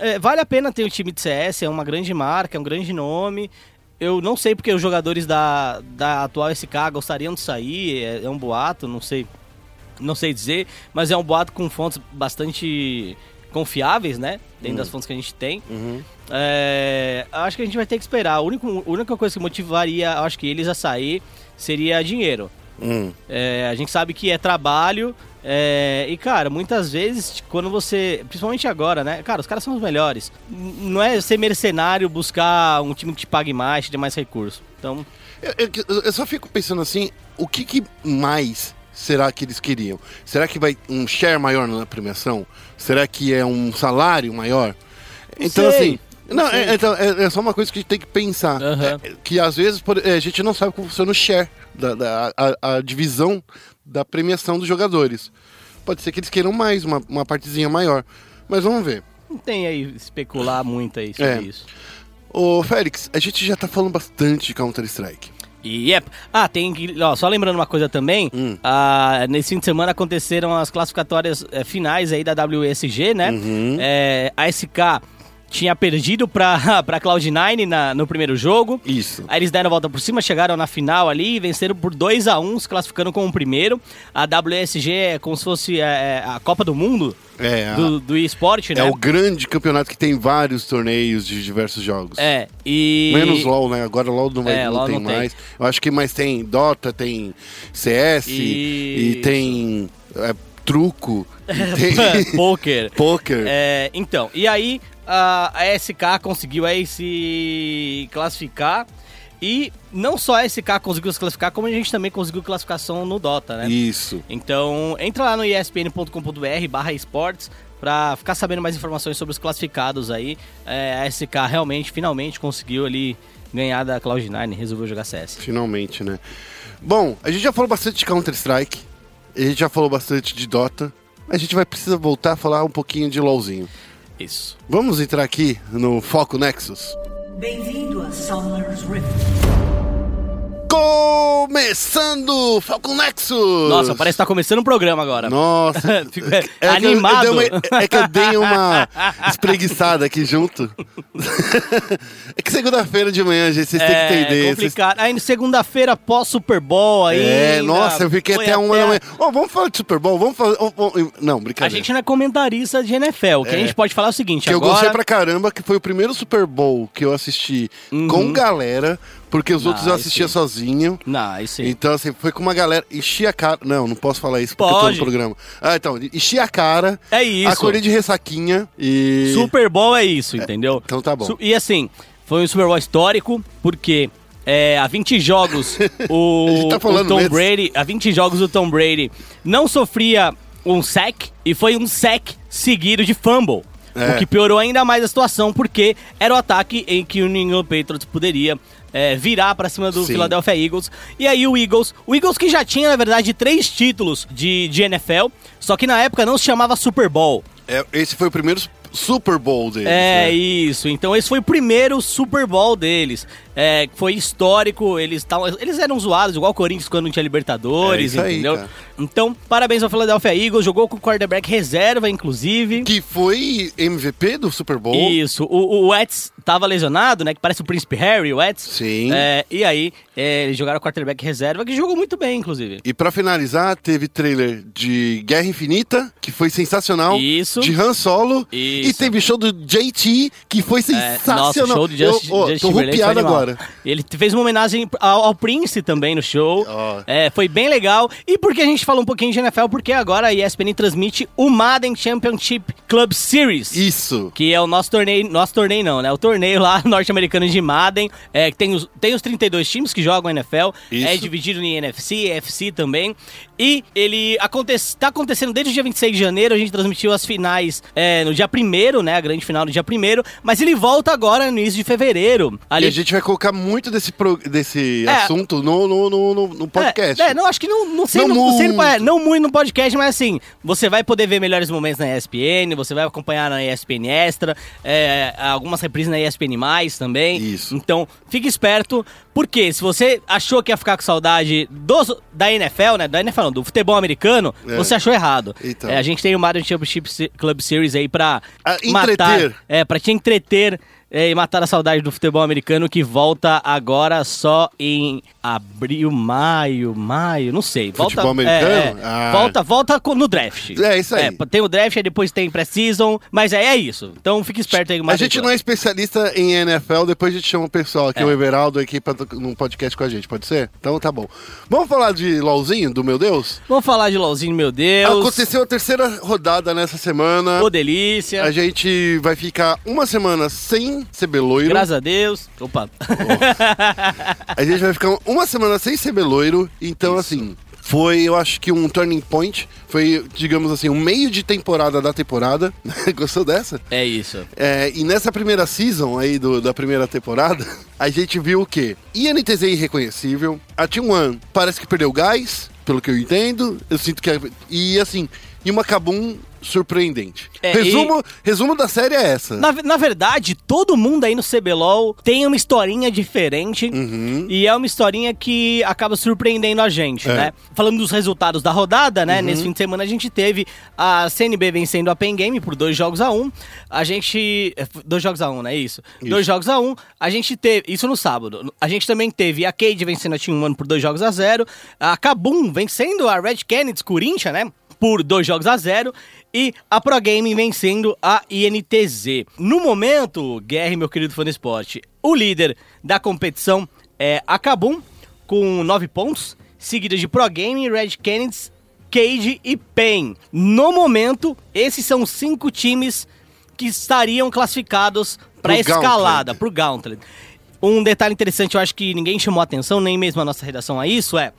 Speaker 2: é, vale a pena ter o time de CS, é uma grande marca, é um grande nome. Eu não sei porque os jogadores da, da atual SK gostariam de sair, é, é um boato, não sei, não sei dizer, mas é um boato com fontes bastante confiáveis, né? Dentro
Speaker 1: Hum.
Speaker 2: das fontes que a gente tem.
Speaker 1: Uhum.
Speaker 2: É, acho que a gente vai ter que esperar. A única, a única coisa que motivaria, acho que eles a sair, seria dinheiro.
Speaker 1: Hum.
Speaker 2: É, a gente sabe que é trabalho. é, e, cara, muitas vezes, quando você. Principalmente agora, né? Cara, os caras são os melhores. N- Não é ser mercenário buscar um time que te pague mais, te dê mais recurso. Então,
Speaker 1: Eu, É, eu- eu só fico pensando assim, o que, que mais será que eles queriam? Será que vai um share maior na premiação? Será que é um salário maior? Então,
Speaker 2: sei,
Speaker 1: assim... Não, é,
Speaker 2: sei.
Speaker 1: então, é, é só uma coisa que a gente tem que pensar.
Speaker 2: Aham.
Speaker 1: É, que às vezes por- é, a gente não sabe como funciona o share, da, da- a, a divisão da premiação dos jogadores. Pode ser que eles queiram mais, uma, uma partezinha maior. Mas vamos ver.
Speaker 2: não tem aí especular muito aí sobre
Speaker 1: É.
Speaker 2: isso.
Speaker 1: Ô, Félix, a gente já tá falando bastante de Counter-Strike.
Speaker 2: E Yep. Ah, tem que. Ó, só lembrando uma coisa também: ah, nesse fim de semana aconteceram as classificatórias eh, finais aí da WSG, né? É, a SK tinha perdido pra, pra Cloud9 na- no primeiro jogo.
Speaker 1: Isso.
Speaker 2: Aí eles deram a volta por cima, chegaram na final ali e venceram por 2 a 1 se classificando como o primeiro. A WSG é como se fosse é, a Copa do Mundo
Speaker 1: É, a-
Speaker 2: do, do esporte,
Speaker 1: é
Speaker 2: né?
Speaker 1: o grande campeonato que tem vários torneios de diversos jogos.
Speaker 2: É, e...
Speaker 1: Menos LOL, né? Agora LOL não, vai,
Speaker 2: É,
Speaker 1: não
Speaker 2: LOL
Speaker 1: tem
Speaker 2: não tem.
Speaker 1: mais. Eu acho que mais tem Dota, tem CS,
Speaker 2: Isso.
Speaker 1: e tem é, truco, e tem
Speaker 2: Poker.
Speaker 1: poker.
Speaker 2: É, então, e aí a, a SK conseguiu aí se classificar. E não só a SK conseguiu se classificar, como a gente também conseguiu classificação no Dota, né?
Speaker 1: Isso.
Speaker 2: Então, entra lá no espn.com.br barra esportes pra ficar sabendo mais informações sobre os classificados aí. É, a SK realmente, finalmente, conseguiu ali ganhar da Cloud9 e resolveu jogar CS.
Speaker 1: Finalmente, né? Bom, a gente já falou bastante de Counter-Strike, a gente já falou bastante de Dota. A gente vai precisar voltar a falar um pouquinho de LOLzinho.
Speaker 2: Isso.
Speaker 1: Vamos entrar aqui no Foco Nexus.
Speaker 5: Bem-vindo a Summer's Rift.
Speaker 1: Com Começando Falcon Nexus!
Speaker 2: Nossa, parece que tá começando um programa agora.
Speaker 1: Nossa, É
Speaker 2: Fico é,
Speaker 1: que eu- eu dei
Speaker 2: animado.
Speaker 1: uma- é que eu dei uma espreguiçada aqui junto. é que segunda-feira de manhã, gente, vocês têm que entender.
Speaker 2: É
Speaker 1: vocês-
Speaker 2: complicado. Aí, segunda-feira, pós Super Bowl aí.
Speaker 1: É, nossa, eu fiquei até um uma da manhã. Ô, vamos falar de Super Bowl? Vamos falar. ô, ô, não,
Speaker 2: A
Speaker 1: brincadeira.
Speaker 2: gente não é comentarista de NFL. O que a gente pode falar é o seguinte,
Speaker 1: Que eu
Speaker 2: agora...
Speaker 1: gostei pra caramba, que foi o primeiro Super Bowl que eu assisti com galera, porque os outros eu
Speaker 2: Uhum. Nice.
Speaker 1: assistia sozinho.
Speaker 2: Não, aí sim.
Speaker 1: Então, assim, foi com uma galera. Enchi a cara. Não, não posso falar isso porque eu
Speaker 2: Pode.
Speaker 1: tô no programa. Ah, então, enchi a cara.
Speaker 2: É isso.
Speaker 1: Acordei de ressaquinha e.
Speaker 2: Super Bowl é isso, entendeu?
Speaker 1: então tá bom.
Speaker 2: Su- E assim, foi um Super Bowl histórico, porque é, há 20 jogos
Speaker 1: A
Speaker 2: o,
Speaker 1: gente tá
Speaker 2: o
Speaker 1: falando
Speaker 2: Tom
Speaker 1: mesmo.
Speaker 2: Brady, há 20 jogos o Tom Brady não sofria um sack e foi um sack seguido de fumble.
Speaker 1: É.
Speaker 2: O que piorou ainda mais a situação, porque era o ataque em que o New England Patriots poderia é, virar pra cima do
Speaker 1: Sim.
Speaker 2: Philadelphia Eagles. E aí o Eagles, o Eagles que já tinha, na verdade, três títulos de, de NFL, só que na época não se chamava Super Bowl.
Speaker 1: É, esse foi o primeiro Super Bowl deles.
Speaker 2: É,
Speaker 1: né?
Speaker 2: isso. Então esse foi o primeiro Super Bowl deles. É, foi histórico, eles tavam, eles eram zoados, igual o Corinthians quando não
Speaker 1: É
Speaker 2: tinha Libertadores,
Speaker 1: isso aí,
Speaker 2: entendeu?
Speaker 1: cara.
Speaker 2: então, parabéns ao Philadelphia Eagles, jogou com o quarterback reserva, inclusive.
Speaker 1: Que foi MVP do Super Bowl.
Speaker 2: Isso, o, o Wets tava lesionado, né? Que parece o Príncipe Harry, o Wets.
Speaker 1: Sim.
Speaker 2: É, e aí, é, eles jogaram o quarterback reserva, que jogou muito bem, inclusive.
Speaker 1: E pra finalizar, teve trailer de Guerra Infinita, que foi sensacional.
Speaker 2: Isso.
Speaker 1: De Han Solo.
Speaker 2: Isso.
Speaker 1: E teve show do JT, que foi
Speaker 2: É, nossa, o
Speaker 1: sensacional.
Speaker 2: show do Justin,
Speaker 1: Eu, ó,
Speaker 2: Justin
Speaker 1: tô
Speaker 2: Timberlake foi
Speaker 1: rupiado
Speaker 2: animal.
Speaker 1: agora.
Speaker 2: Ele te- fez uma homenagem ao, ao Prince também no show.
Speaker 1: Ó.
Speaker 2: É, foi bem legal. E por que a gente falou um pouquinho de NFL? Porque agora a ESPN transmite o Madden Championship Club Series.
Speaker 1: Isso.
Speaker 2: Que é o nosso torneio, nosso torneio não, né? O torneio lá norte-americano de Madden, é, que tem os, tem os 32 times que jogam NFL,
Speaker 1: Isso.
Speaker 2: é dividido em NFC, FC também, e ele aconte, tá acontecendo desde o dia 26 de janeiro, a gente transmitiu as finais é, no dia 1 né? A grande final no dia 1 mas ele volta agora no início de fevereiro.
Speaker 1: E
Speaker 2: Ali,
Speaker 1: a gente vai colocar muito desse, pro- desse
Speaker 2: É.
Speaker 1: assunto no, no, no, no- no podcast.
Speaker 2: É, é, não, acho que não, não sei,
Speaker 1: Não
Speaker 2: não, sei,
Speaker 1: muito.
Speaker 2: é, não muito no podcast, mas assim, você vai poder ver melhores momentos na ESPN, você vai acompanhar na ESPN Extra, é, algumas reprises na ESPN Mais também.
Speaker 1: Isso.
Speaker 2: Então, fique esperto, porque se você achou que ia ficar com saudade dos, da NFL, né, da NFL não, do futebol americano,
Speaker 1: É.
Speaker 2: você achou errado.
Speaker 1: Então.
Speaker 2: É, a gente tem o Madden Championship Se- Club Series aí pra
Speaker 1: Ah,
Speaker 2: matar,
Speaker 1: entreter.
Speaker 2: é, pra te entreter é, e matar a saudade do futebol americano que volta agora só em abril, maio, maio, não sei. Volta, é,
Speaker 1: Futebol americano? Ah.
Speaker 2: Volta, volta co- no draft.
Speaker 1: É, isso aí.
Speaker 2: tem o draft, aí depois tem pré-season, mas é, é isso. Então fique esperto aí.
Speaker 1: A
Speaker 2: Madden
Speaker 1: gente
Speaker 2: Club.
Speaker 1: não é especialista em NFL, depois a gente chama o pessoal
Speaker 2: É.
Speaker 1: aqui, o Everaldo, aqui pra, num podcast com a gente, pode ser? Então tá bom. Vamos falar de LOLzinho, do meu Deus?
Speaker 2: Vamos falar de LOLzinho, meu Deus.
Speaker 1: Aconteceu a terceira rodada nessa semana.
Speaker 2: Ô, delícia.
Speaker 1: A gente vai ficar uma semana sem CBLoiro.
Speaker 2: Graças a Deus. Opa.
Speaker 1: A gente vai ficar uma semana sem ser beloiro, então assim. Foi, eu acho que um turning point. Foi, digamos assim, um meio de temporada da temporada. Gostou dessa?
Speaker 2: é isso.
Speaker 1: É, e nessa primeira season aí do- da primeira temporada, a gente viu o quê? INTZ irreconhecível. A Team One parece que perdeu gás, pelo que eu entendo. Eu sinto que. a- E assim, e uma Kabum surpreendente.
Speaker 2: É,
Speaker 1: resumo, resumo da série é essa.
Speaker 2: Na, na verdade, todo mundo aí no CBLOL tem uma historinha diferente. E é uma historinha que acaba surpreendendo a gente,
Speaker 1: É.
Speaker 2: né? Falando dos resultados da rodada, né? Nesse fim de semana a gente teve a CNB vencendo a Pen Game por dois jogos a um. A gente. é, f- Dois jogos a um, né? Isso. Dois jogos a um. A gente teve. Isso no sábado. A gente também teve a Cade vencendo a Team One por dois jogos a zero. A Kabum vencendo a Red Canids Corinthians, né? por 2 jogos a 0 e a Pro Game vencendo a INTZ. No momento, Guerre, meu querido fã do esporte, o líder da competição é a Kabum, com 9 pontos, seguidas de Pro Game, Red Canids, Cage e Pain. No momento, esses são cinco times que estariam classificados para
Speaker 1: Pro
Speaker 2: escalada,
Speaker 1: Gauntlet.
Speaker 2: pro Gauntlet. Um detalhe interessante, eu acho que ninguém chamou atenção, nem mesmo a nossa redação a isso, é...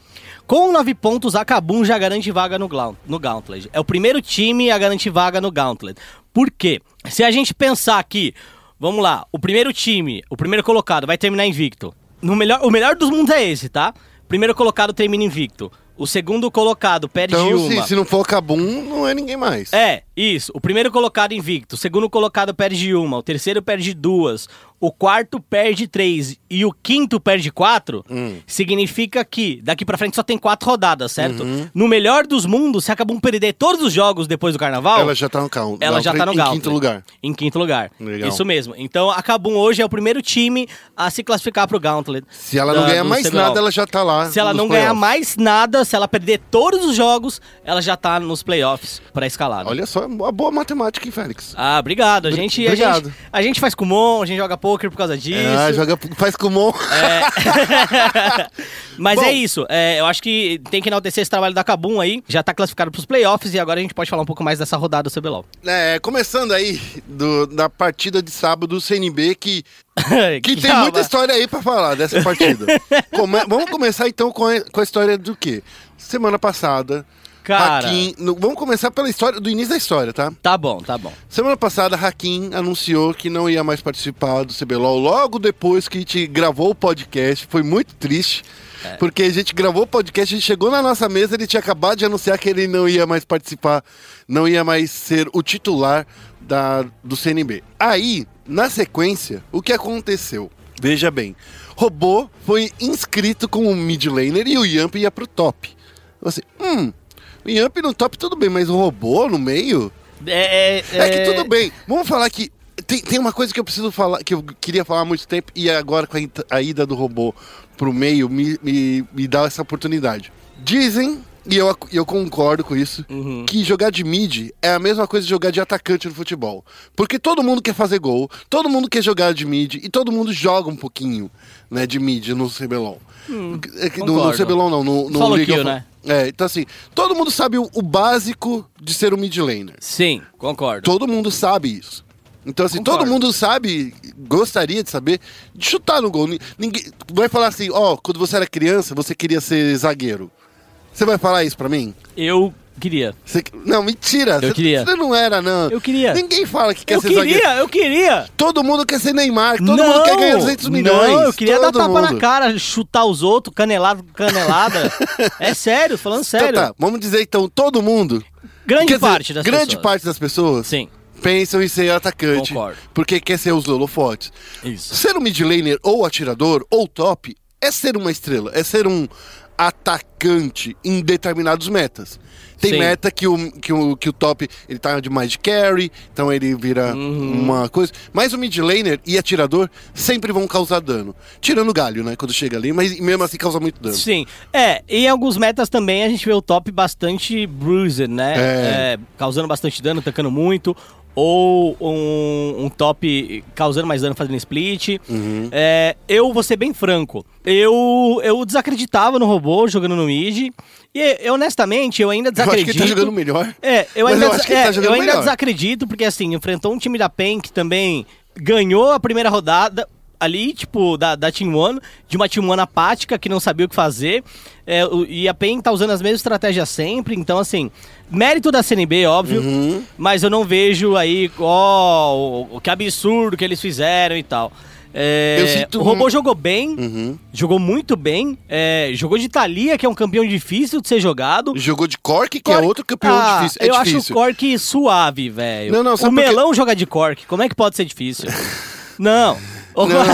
Speaker 2: Com nove pontos, a Kabum já garante vaga no, glau- no Gauntlet. É o primeiro time a garantir vaga no Gauntlet. Por quê? Se a gente pensar que, vamos lá, o primeiro time, o primeiro colocado vai terminar invicto. No melhor, o melhor dos mundos é esse, tá? Primeiro colocado termina invicto. O segundo colocado perde
Speaker 1: então,
Speaker 2: uma.
Speaker 1: se, se não for Kabum, não é ninguém mais.
Speaker 2: É, Isso, o primeiro colocado invicto, o segundo colocado perde uma, o terceiro perde duas, o quarto perde três e o quinto perde quatro,
Speaker 1: Hum.
Speaker 2: significa que daqui pra frente só tem quatro rodadas, certo?
Speaker 1: Uhum.
Speaker 2: No melhor dos mundos, se acabam perder todos os jogos depois do carnaval,
Speaker 1: Ela já tá no count.
Speaker 2: ela já tá no
Speaker 1: Em
Speaker 2: Gauntlet.
Speaker 1: quinto lugar.
Speaker 2: Em quinto lugar.
Speaker 1: Legal.
Speaker 2: Isso mesmo. Então, a Kabum hoje é o primeiro time a se classificar pro Gauntlet.
Speaker 1: Se ela não
Speaker 2: da-
Speaker 1: ganhar
Speaker 2: do
Speaker 1: mais
Speaker 2: semifinal.
Speaker 1: nada, ela já tá lá.
Speaker 2: Se ela
Speaker 1: nos
Speaker 2: não ganhar
Speaker 1: playoffs.
Speaker 2: mais nada, se ela perder todos os jogos, ela já tá nos playoffs pra escalada.
Speaker 1: Olha só, uma boa matemática, hein, Félix?
Speaker 2: Ah, obrigado. A
Speaker 1: Obri-
Speaker 2: gente, a
Speaker 1: obrigado.
Speaker 2: gente, a gente faz Kumon, a gente joga poker por causa disso.
Speaker 1: Ah, joga, faz Kumon.
Speaker 2: É. Mas
Speaker 1: Bom.
Speaker 2: é isso. É, eu acho que tem que enaltecer esse trabalho da Kabum aí. Já tá classificado pros playoffs e agora a gente pode falar um pouco mais dessa rodada do CBLOL.
Speaker 1: É, começando aí do- da partida de sábado do CNB, que, que tem muita história aí pra falar dessa partida. Come- vamos começar então com a, com a história do quê? Semana passada,
Speaker 2: Cara.
Speaker 1: Hakim- no- vamos começar pela história, do início da história, tá?
Speaker 2: Tá bom, tá bom.
Speaker 1: Semana passada, Hakim anunciou que não ia mais participar do CBLOL logo depois que a gente gravou o podcast. Foi muito triste, porque a gente gravou o podcast, a gente chegou na nossa mesa, ele tinha acabado de anunciar que ele não ia mais participar, não ia mais ser o titular da, do CNB. Aí, na sequência, o que aconteceu? Veja bem, Robô foi inscrito como mid laner e o Yamp ia pro top. Você, hum, o Yamp no top tudo bem, mas o Robô no meio...
Speaker 2: É,
Speaker 1: É que tudo bem. Vamos falar que. Tem, tem uma coisa que eu preciso falar, que eu queria falar há muito tempo, e é agora com a, int- a ida do robô pro meio me, me, me dá essa oportunidade. Dizem, e eu, ac- eu concordo com isso,
Speaker 2: Uhum.
Speaker 1: que jogar de mid é a mesma coisa de jogar de atacante no futebol. Porque todo mundo quer fazer gol, todo mundo quer jogar de mid, e todo mundo joga um pouquinho né, de mid no CBLOL. É que no, no
Speaker 2: Hum, concordo.
Speaker 1: CBLOL não, no, no
Speaker 2: Solo
Speaker 1: League
Speaker 2: kill,
Speaker 1: of-
Speaker 2: né?
Speaker 1: É, então assim, todo mundo sabe o, o básico de ser um mid laner.
Speaker 2: Sim, concordo.
Speaker 1: Todo mundo sabe isso. Então, assim,
Speaker 2: Concordo.
Speaker 1: todo mundo sabe, gostaria de saber, de chutar no gol. Ni- Ninguém vai falar assim, ó, quando você era criança, você queria ser zagueiro. Você vai falar isso pra mim?
Speaker 2: Eu queria.
Speaker 1: Você- Não, mentira.
Speaker 2: Eu
Speaker 1: você...
Speaker 2: queria.
Speaker 1: você não era, não.
Speaker 2: Eu queria.
Speaker 1: Ninguém fala que quer
Speaker 2: eu
Speaker 1: ser
Speaker 2: queria,
Speaker 1: zagueiro.
Speaker 2: eu queria.
Speaker 1: Todo mundo quer ser Neymar, todo
Speaker 2: não,
Speaker 1: mundo quer ganhar 200 milhões.
Speaker 2: Não, eu queria
Speaker 1: todo
Speaker 2: dar tapa
Speaker 1: mundo.
Speaker 2: na cara, chutar os outros, canelado, com canelada. é sério, falando sério.
Speaker 1: Então, tá, vamos dizer então, todo mundo.
Speaker 2: Grande
Speaker 1: Quer dizer,
Speaker 2: parte das
Speaker 1: grande
Speaker 2: pessoas.
Speaker 1: parte das pessoas
Speaker 2: Sim,
Speaker 1: pensam em ser atacante.
Speaker 2: Concordo.
Speaker 1: Porque quer ser os holofotes.
Speaker 2: isso.
Speaker 1: Ser um mid laner ou atirador ou top é ser uma estrela, é ser um atacante em determinados metas. Tem
Speaker 2: Sim.
Speaker 1: meta que o, que, o, que o top ele tá de mais de carry, então ele vira
Speaker 2: Uhum.
Speaker 1: uma coisa. Mas o mid laner e atirador sempre vão causar dano. Tirando o galho, né? Quando chega ali, mas mesmo assim causa muito dano.
Speaker 2: Sim. É, em alguns metas também a gente vê o top bastante bruised, né?
Speaker 1: É.
Speaker 2: É, causando bastante dano, tancando muito. Ou um, um top causando mais dano fazendo split.
Speaker 1: Uhum.
Speaker 2: É, eu vou ser bem franco. Eu, eu desacreditava no robô jogando no mid. E eu, honestamente, eu
Speaker 1: Eu
Speaker 2: ainda
Speaker 1: acho
Speaker 2: desacredito.
Speaker 1: que ele tá jogando melhor.
Speaker 2: É, eu
Speaker 1: Mas
Speaker 2: ainda,
Speaker 1: eu
Speaker 2: des-
Speaker 1: acho que ele
Speaker 2: é,
Speaker 1: tá jogando
Speaker 2: eu ainda
Speaker 1: melhor.
Speaker 2: desacredito, porque assim, enfrentou um time da PEN que também ganhou a primeira rodada ali, tipo, da, da Team One, de uma Team One apática que não sabia o que fazer. É, o- e a PEN tá usando as mesmas estratégias sempre, então assim, mérito da CNB, óbvio,
Speaker 1: Uhum.
Speaker 2: mas eu não vejo aí, ó, o- o que absurdo que eles fizeram e tal. É,
Speaker 1: Eu sinto Uhum.
Speaker 2: o robô
Speaker 1: um-
Speaker 2: jogou bem, jogou muito bem, é, jogou de Thalia, que é um campeão difícil de ser jogado.
Speaker 1: Jogou de Cork, que é
Speaker 2: Cork-
Speaker 1: outro campeão
Speaker 2: Ah,
Speaker 1: difícil. É
Speaker 2: eu
Speaker 1: difícil.
Speaker 2: acho o Cork suave, velho.
Speaker 1: Não, não,
Speaker 2: o
Speaker 1: sabe por quê?
Speaker 2: melão joga de Cork, como é que pode ser difícil? não. O-
Speaker 1: Não, não.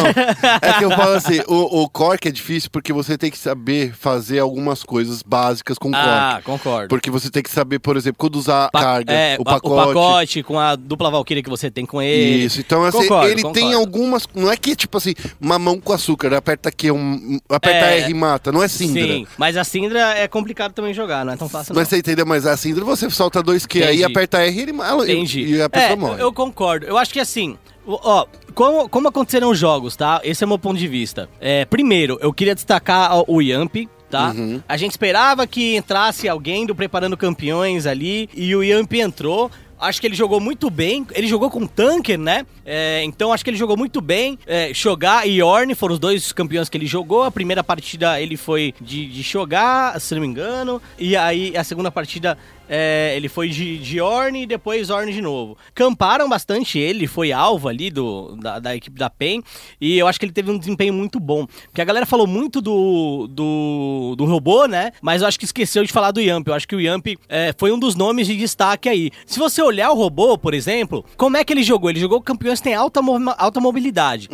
Speaker 1: é que eu falo assim, o, o cork é difícil porque você tem que saber fazer algumas coisas básicas com
Speaker 2: ah,
Speaker 1: cork.
Speaker 2: concordo.
Speaker 1: Porque você tem que saber, por exemplo, quando usar
Speaker 2: Pa-
Speaker 1: carga,
Speaker 2: é,
Speaker 1: o
Speaker 2: pa-
Speaker 1: pacote.
Speaker 2: pacote com a dupla valquíria que você tem com ele.
Speaker 1: Isso, então assim,
Speaker 2: Concordo,
Speaker 1: ele tem
Speaker 2: concordo.
Speaker 1: algumas. Não é que tipo assim, mamão com açúcar, aperta aqui, um, aperta
Speaker 2: É.
Speaker 1: R e mata, não é Sindra.
Speaker 2: Sim, mas a Sindra é complicado também jogar, não é tão fácil
Speaker 1: Mas
Speaker 2: não.
Speaker 1: você entendeu? Mas a Sindra você solta dois Q aí,
Speaker 2: Entendi.
Speaker 1: aperta R e ele mala. e-
Speaker 2: Entendi.
Speaker 1: E a pessoa
Speaker 2: É,
Speaker 1: morre.
Speaker 2: Eu, eu concordo. Eu acho que assim, o- ó, como, como aconteceram os jogos, tá? Esse é o meu ponto de vista. É, primeiro, eu queria destacar o- o Yamp. Tá?
Speaker 1: Uhum.
Speaker 2: A gente esperava que entrasse alguém do Preparando Campeões ali e o Yamp entrou. Acho que ele jogou muito bem. Ele jogou com Tanker, né? É, então acho que ele jogou muito bem. É, Shogar e Orne foram os dois campeões que ele jogou. A primeira partida ele foi de, de Shogar, se não me engano. E aí a segunda partida é, ele foi de, de Orne e depois Orne de novo. Camparam bastante ele, foi alvo ali do, da, da equipe da PEN, e eu acho que ele teve um desempenho muito bom. Porque a galera falou muito do, do, do robô, né? Mas eu acho que esqueceu de falar do Yamp. Eu acho que o Yamp é, foi um dos nomes de destaque aí. Se você olhar o robô, por exemplo, como é que ele jogou? Ele jogou campeões que tem alta, mo- alta mobilidade.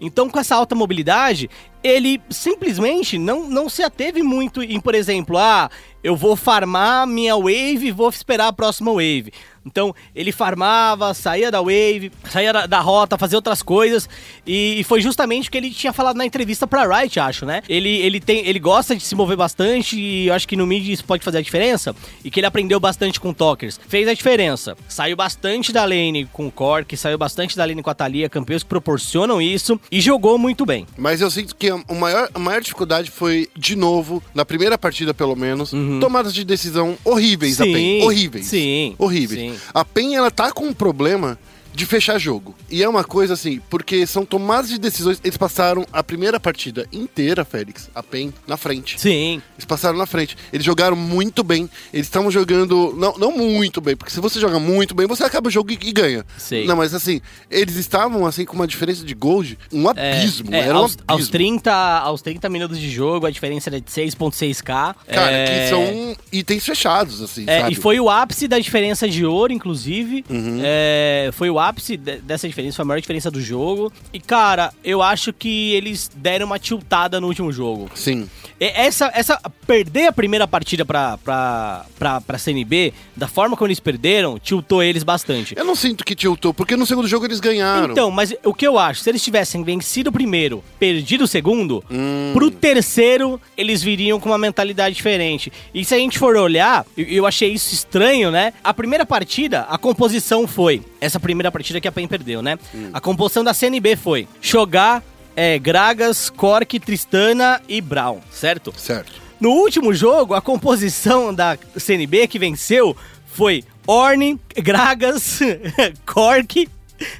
Speaker 2: Então, com essa alta mobilidade, ele simplesmente não, não se ateve muito em, por exemplo, ah, eu vou farmar minha wave e vou esperar a próxima wave. Então, ele farmava, saía da wave, saía da, da rota, fazia outras coisas, e, e foi justamente o que ele tinha falado na entrevista pra Riot, acho, né? Ele, ele, tem, ele gosta de se mover bastante, e eu acho que no mid isso pode fazer a diferença, e que ele aprendeu bastante com Tokers. Fez a diferença. Saiu bastante da lane com o Cork, saiu bastante da lane com a Thalia, campeões que proporcionam isso, e jogou muito bem.
Speaker 1: Mas eu sinto que a o maior, a maior dificuldade foi, de novo, na primeira partida pelo menos, tomadas de decisão horríveis da
Speaker 2: Uhum. Sim,
Speaker 1: PEN. Horríveis.
Speaker 2: sim,
Speaker 1: Horríveis.
Speaker 2: sim.
Speaker 1: A PEN, ela tá com um problema de fechar jogo. E é uma coisa assim, porque são tomadas de decisões. Eles passaram a primeira partida inteira, Félix, a PEN, na frente.
Speaker 2: Sim,
Speaker 1: Eles passaram na frente. Eles jogaram muito bem. Eles estavam jogando. Não, não muito bem, porque se você joga muito bem, você acaba o jogo e, e ganha.
Speaker 2: Sei.
Speaker 1: Não, mas assim, eles estavam assim com uma diferença de gold, um abismo.
Speaker 2: É,
Speaker 1: era um
Speaker 2: aos,
Speaker 1: abismo.
Speaker 2: aos 30, aos 30 minutos de jogo, a diferença era de 6.6k.
Speaker 1: Cara,
Speaker 2: é,
Speaker 1: que são itens fechados, assim,
Speaker 2: é,
Speaker 1: sabe? Uhum.
Speaker 2: e foi o ápice da diferença de ouro, inclusive. É, foi o ápice de- dessa diferença, foi a maior diferença do jogo. E, cara, eu acho que eles deram uma tiltada no último jogo.
Speaker 1: Sim.
Speaker 2: E- Essa, essa perder a primeira partida pra, pra, pra, pra CNB, da forma como eles perderam, tiltou eles bastante.
Speaker 1: Eu não sinto que tiltou, porque no segundo jogo eles ganharam.
Speaker 2: Então, mas o que eu acho, se eles tivessem vencido o primeiro, perdido o segundo, pro terceiro eles viriam com uma mentalidade diferente. E se a gente for olhar, eu, eu achei isso estranho, né? A primeira partida, a composição foi. Essa primeira partida que a PEN perdeu, né? A composição da CNB foi jogar. É, Gragas, Cork, Tristana e Brown, certo?
Speaker 1: Certo.
Speaker 2: No último jogo, a composição da CNB que venceu foi Orne, Gragas, Cork,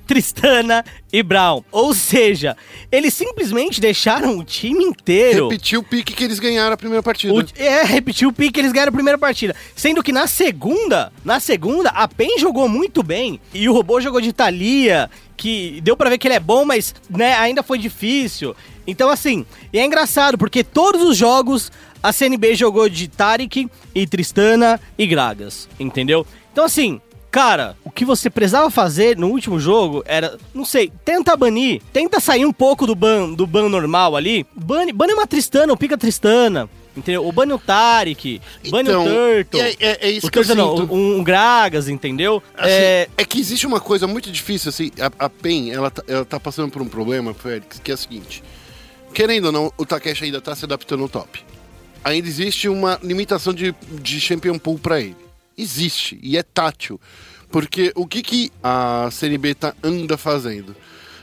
Speaker 2: Tristana e Brown. Ou seja, eles simplesmente deixaram o time inteiro.
Speaker 1: Repetiu o pique que eles ganharam a primeira partida.
Speaker 2: O- é, repetiu o pique, eles ganharam a primeira partida. Sendo que na segunda, na segunda, a PEN jogou muito bem e o robô jogou de Thalia, que deu pra ver que ele é bom, mas né, ainda foi difícil. Então, assim, e é engraçado, porque todos os jogos a CNB jogou de Tarik e Tristana e Gragas, entendeu? Então, assim, Cara, o que você precisava fazer no último jogo era, não sei, tenta banir, tenta sair um pouco do ban, do ban normal ali. Bane, bane uma Tristana, ou pica Tristana, entendeu? Ou bane o Tarik, bane
Speaker 1: Então,
Speaker 2: o Turtle.
Speaker 1: é- é- é isso
Speaker 2: o
Speaker 1: que eu
Speaker 2: Turtle não,
Speaker 1: sinto.
Speaker 2: um, um Gragas, entendeu?
Speaker 1: Assim,
Speaker 2: é,
Speaker 1: é... que existe uma coisa muito difícil, assim, a, a PEN, ela, tá- ela tá passando por um problema, Félix, que é o seguinte. Querendo ou não, o Takeshi ainda tá se adaptando ao top. Ainda existe uma limitação de, de Champion Pool pra ele. Existe, e é tátil. Porque o que, que a CNB tá, anda fazendo?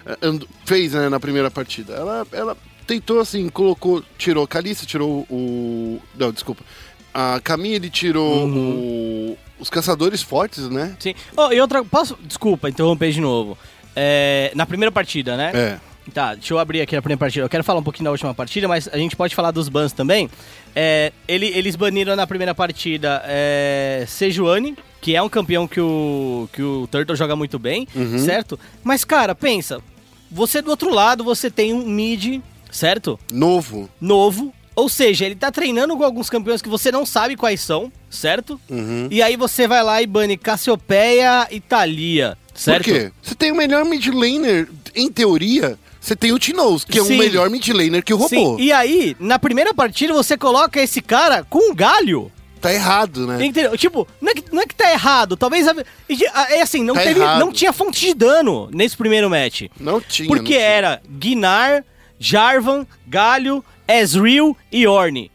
Speaker 1: Eh, ando- fez né, na primeira partida? Ela, ela tentou, assim, colocou, tirou a Caliça, tirou o... Não, desculpa. A Camille tirou o- os caçadores fortes, né?
Speaker 2: sim. Oh, e outra, posso, desculpa, interromper de novo. É, na primeira partida, né?
Speaker 1: É.
Speaker 2: Tá, deixa eu abrir aqui a primeira partida. Eu quero falar um pouquinho da última partida, mas a gente pode falar dos bans também. É, ele- eles baniram na primeira partida é, Sejuani, que é um campeão que o, que o Turtle joga muito bem, certo? Mas, cara, pensa. Você do outro lado, você tem um mid, certo?
Speaker 1: Novo.
Speaker 2: novo. Ou seja, ele tá treinando com alguns campeões que você não sabe quais são, certo?
Speaker 1: Uhum.
Speaker 2: E aí você vai lá e bane Cassiopeia e Thalia, certo?
Speaker 1: Por quê? Você tem o melhor mid laner, em teoria, você tem o Tinoz, que é
Speaker 2: Sim.
Speaker 1: o melhor mid laner que o robô.
Speaker 2: Sim, e aí, na primeira partida, você coloca esse cara com um galho.
Speaker 1: Tá errado, né?
Speaker 2: Entendeu? Tipo, não é, que, não é que tá errado, talvez. a- e de- a- É assim, não,
Speaker 1: Tá
Speaker 2: teve,
Speaker 1: errado.
Speaker 2: não tinha fonte de dano nesse primeiro match.
Speaker 1: Não tinha. não
Speaker 2: Porque
Speaker 1: tinha.
Speaker 2: era Guinar, Jarvan, Galho, Ezreal e Orne.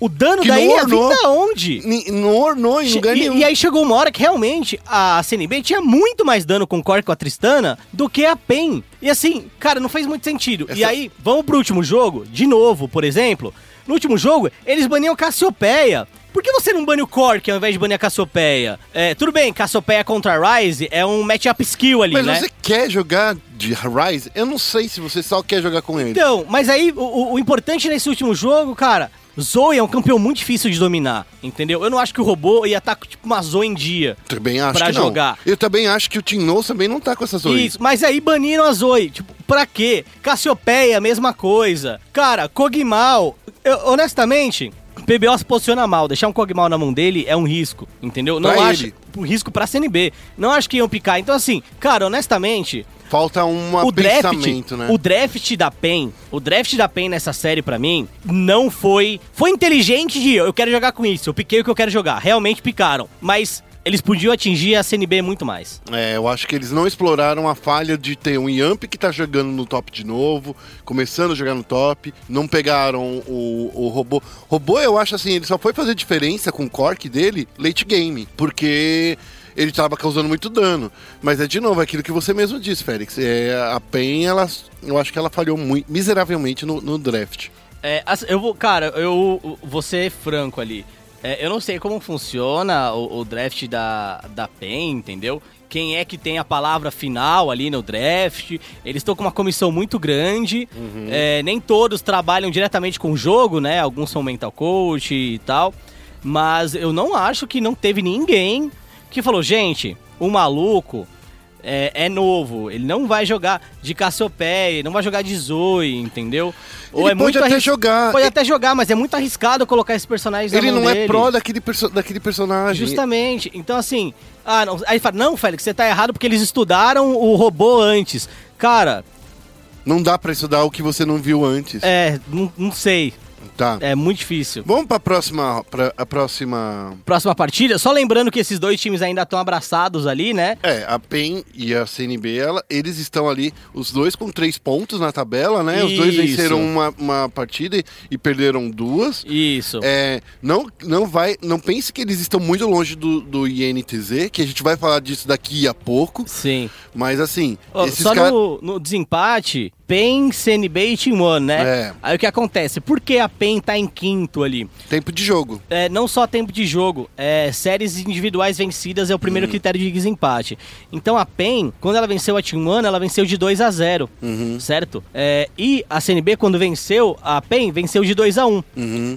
Speaker 2: O dano
Speaker 1: Uhum. Que
Speaker 2: daí
Speaker 1: não
Speaker 2: ia vir
Speaker 1: ornou.
Speaker 2: da onde?
Speaker 1: Ni- Não ornou em
Speaker 2: Che-
Speaker 1: lugar
Speaker 2: e,
Speaker 1: nenhum.
Speaker 2: e aí chegou uma hora que realmente a CNB tinha muito mais dano com o Cork com a Tristana do que a PEN. E assim, cara, não fez muito sentido. E
Speaker 1: Essa-
Speaker 2: aí, vamos pro último jogo, de novo, por exemplo. No último jogo, eles baniam Cassiopeia. Por que você não bane o Cork ao invés de banir a Cassiopeia? É, tudo bem, Cassiopeia contra a Ryze é um matchup skill ali,
Speaker 1: Mas
Speaker 2: né?
Speaker 1: você quer jogar de Rise? Eu não sei se você só quer jogar com ele.
Speaker 2: Então, mas aí o- o, o importante nesse último jogo, cara, Zoe é um campeão muito difícil de dominar, entendeu? Eu não acho que o robô ia estar com tipo uma Zoe em dia.
Speaker 1: Também acho
Speaker 2: Pra
Speaker 1: que não.
Speaker 2: jogar.
Speaker 1: Eu também acho que o Tim Knowles também não tá com essas zoe.
Speaker 2: Isso, mas aí baniram a Zoe. Tipo, pra quê? Cassiopeia, mesma coisa. Cara, Cogmal, eu, honestamente, o PBO se posiciona mal. Deixar um Cogmal na mão dele é um risco, entendeu? Não
Speaker 1: Pra
Speaker 2: acho
Speaker 1: ele.
Speaker 2: um risco pra CNB. Não acho que iam picar. Então, assim, cara, honestamente,
Speaker 1: Falta um
Speaker 2: o draft,
Speaker 1: pensamento, né?
Speaker 2: o draft da PEN, o draft da PEN nessa série pra mim não foi, foi inteligente de eu quero jogar com isso, eu piquei o que eu quero jogar, realmente picaram, mas eles podiam atingir a CNB muito mais.
Speaker 1: É, eu acho que eles não exploraram a falha de ter um Yamp que tá jogando no top de novo, começando a jogar no top, não pegaram o, o robô. Robô, eu acho assim, ele só foi fazer diferença com o cork dele late game, porque ele tava causando muito dano. Mas é de novo aquilo que você mesmo disse, Félix. É, a PEN, ela, eu acho que ela falhou muito, miseravelmente no, no draft.
Speaker 2: É, assim, eu vou, cara, eu vou ser franco ali. É, eu não sei como funciona o, o draft da, da PEN, entendeu? Quem é que tem a palavra final ali no draft? Eles estão com uma comissão muito grande. É, nem todos trabalham diretamente com o jogo, né? Alguns são mental coach e tal. Mas eu não acho que não teve ninguém que falou, gente, o maluco é, é novo, ele não vai jogar de Cassiopeia, não vai jogar de Zoe, entendeu?
Speaker 1: Ele pode até
Speaker 2: arris-
Speaker 1: jogar.
Speaker 2: é Pode
Speaker 1: Ele-
Speaker 2: até jogar, mas é muito arriscado colocar esses personagens na
Speaker 1: Ele
Speaker 2: mão
Speaker 1: não é
Speaker 2: dele.
Speaker 1: pró daquele, perso- daquele personagem.
Speaker 2: Justamente. Então, assim. Ah, não. Aí fala, não, Félix, você tá errado porque eles estudaram o robô antes. Cara,
Speaker 1: Não dá pra estudar o que você não viu antes.
Speaker 2: é. Não, não sei.
Speaker 1: Tá.
Speaker 2: É muito difícil.
Speaker 1: Vamos pra próxima. Pra, a próxima.
Speaker 2: Próxima partida, só lembrando que esses dois times ainda estão abraçados ali, né?
Speaker 1: É, a PEN e a CNB, ela- eles estão ali, os dois com três pontos na tabela, né? Os dois
Speaker 2: Isso.
Speaker 1: venceram uma, uma partida e, e perderam duas.
Speaker 2: Isso.
Speaker 1: É, não, não vai, não pense que eles estão muito longe do, do INTZ, que a gente vai falar disso daqui a pouco.
Speaker 2: Sim.
Speaker 1: Mas assim,
Speaker 2: Ó,
Speaker 1: esses
Speaker 2: só
Speaker 1: caras.
Speaker 2: no, no desempate, PEN, CNB e Team One, né?
Speaker 1: É.
Speaker 2: Aí o que acontece? Por que a PEN tá em quinto ali?
Speaker 1: Tempo de jogo.
Speaker 2: É, não só tempo de jogo, é, séries individuais vencidas é o primeiro critério de desempate. Então a PEN, quando ela venceu a Team One, ela venceu de 2 a 0
Speaker 1: Uhum,
Speaker 2: certo? É, e a CNB, quando venceu a PEN, venceu de 2 a 1